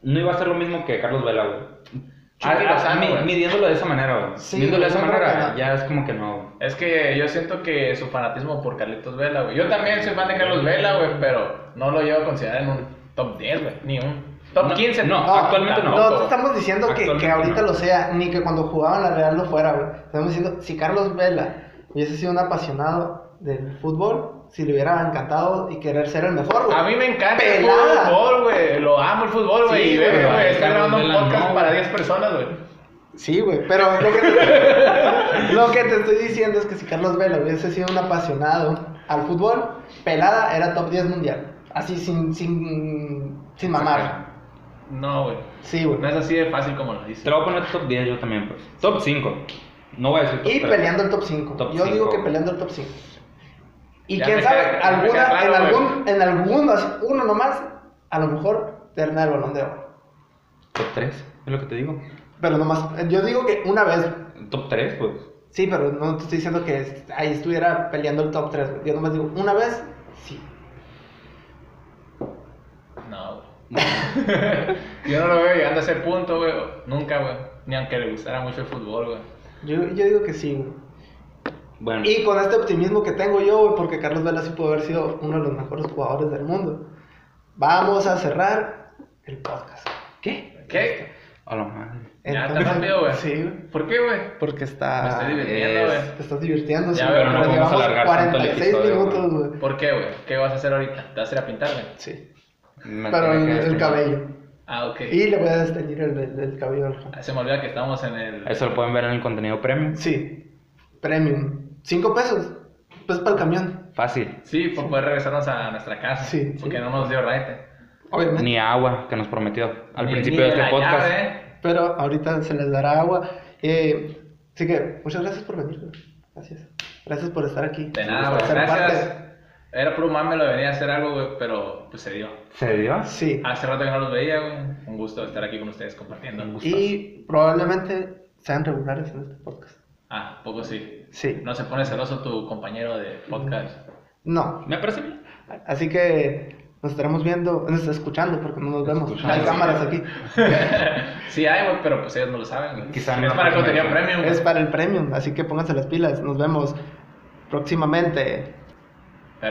A: No iba a ser lo mismo que Carlos Vela, güey.
B: Chucky
A: Ah, ah,
B: Lozano,
A: mi-
B: güey.
A: midiéndolo de esa manera, güey.
C: Sí,
A: midiéndolo de
C: yo
A: esa
C: creo que
A: manera,
C: no.
A: ya es como que no, güey.
B: Es que yo siento que su fanatismo por Carlitos Vela, güey. Yo también soy fan de Carlos Vela, güey, pero no lo llevo a considerar en un top 10, güey. Ni un top
A: No,
B: 15,
A: no, actualmente no.
B: tampoco.
A: todo.
C: te estamos diciendo que, que
A: Actualmente
C: ahorita
A: no.
C: lo sea, ni que cuando jugaban la Real lo fuera, güey. Estamos diciendo, si Carlos Vela hubiese sido un apasionado del fútbol, si le hubiera encantado y querer ser el mejor, güey.
B: A mí me encanta el
C: Pelada.
B: fútbol, güey. Lo amo el fútbol, güey.
A: Sí,
B: y ve,
A: güey,
B: güey,
A: pero
B: estoy
A: Carlos
B: grabando un
A: Vela
B: podcast
A: no,
B: para
A: güey.
B: 10 personas, güey.
C: Sí, güey, pero lo que, te, lo que te estoy diciendo es que si Carlos Vela hubiese sido un apasionado al fútbol, pelada era top 10 mundial. Así sin, sin, sin mamar.
B: No, güey.
C: Sí, güey.
B: No es así de fácil como lo
A: Te
B: dice.
A: lo voy a poner top 10 yo también, pues. Top 5. No voy a decir top
C: Y
A: tres.
C: peleando el top 5.
A: Top
C: Yo digo
A: cinco.
C: que peleando el top 5. Y
B: Ya
C: quién
B: me
C: sabe,
B: queda- ya me
C: alguna,
B: queda claro,
C: en,
B: güey.
C: algún, en alguno, así, uno nomás, a lo mejor termina el balón de oro.
A: Top 3, es lo que te digo.
C: Pero nomás, yo digo que una vez.
A: Top 3, pues.
C: Sí, pero no te estoy diciendo que est- ahí estuviera peleando el top 3. Yo nomás digo, una vez, sí.
B: No, güey. Yo no lo veo llegando a ese punto, güey. Nunca, güey. Ni aunque le gustara mucho el fútbol, güey.
C: Yo, yo digo que sí. güey.
A: Bueno,
C: Y con este optimismo que tengo yo, güey, porque Carlos Vela sí pudo haber sido uno de los mejores jugadores del mundo. Vamos a cerrar el podcast. ¿Qué?
B: ¿Qué?
A: a la madre.
B: Ya, tan rápido, güey.
C: Sí, güey. Ah,
B: ¿Por qué, güey?
C: Porque está.
B: Me estoy divirtiendo,
A: es-
B: güey.
C: Te estás divirtiendo,
B: Ya,
C: sí,
B: pero no
C: pero
A: podemos
C: llevamos
A: alargar tanto el
C: 46
A: episodio,
C: minutos, güey.
B: ¿Por qué, güey? ¿Qué vas a hacer ahorita? ¿Te vas a ir a pintar, güey?
C: Sí.
A: Me
C: Pero
A: tenía
C: en
A: que
C: el
A: desteñir.
C: cabello.
B: Ah, ok.
C: Y le voy a desteñir el, el- el cabello al Juan.
B: Ah, Se me olvida que estamos en el.
A: Eso lo pueden ver en el contenido premium.
C: Sí. Premium. 5 pesos. Pues para el camión.
A: Fácil.
B: Sí, por poder regresarnos a nuestra casa.
C: Sí, sí.
B: Porque no nos dio raite.
C: Obviamente.
A: Ni agua que nos prometió al
B: Ni-
A: principio
B: ni
A: de este
B: la
A: podcast.
B: llave.
C: Pero ahorita se les dará agua. Eh, así que muchas gracias por venir. güey. Gracias. Gracias por estar aquí.
B: De nada,
C: Por
B: güey.
C: ser
B: Gracias.
C: parte.
B: Era puro mame lo venía a hacer algo, güey, pero pues se dio.
A: ¿Se dio?
C: Sí.
B: Hace rato que no los veía, güey. Un gusto estar aquí con ustedes compartiendo.
A: Un gusto.
C: Y probablemente sean regulares en este podcast.
B: Ah, poco sí.
C: Sí.
B: No se pone celoso tu compañero de podcast.
C: No.
A: Me parece bien.
C: Así que nos estaremos viendo, nos está escuchando porque no nos vemos.
A: Escuchando,
C: Hay
B: sí.
C: cámaras aquí.
B: sí hay, güey, pero pues ellos no lo saben, güey.
A: Quizá no
B: es para
A: lo
B: contenido
A: saben.
B: premium. güey.
C: Es para el premium, así que pónganse las pilas. Nos vemos próximamente.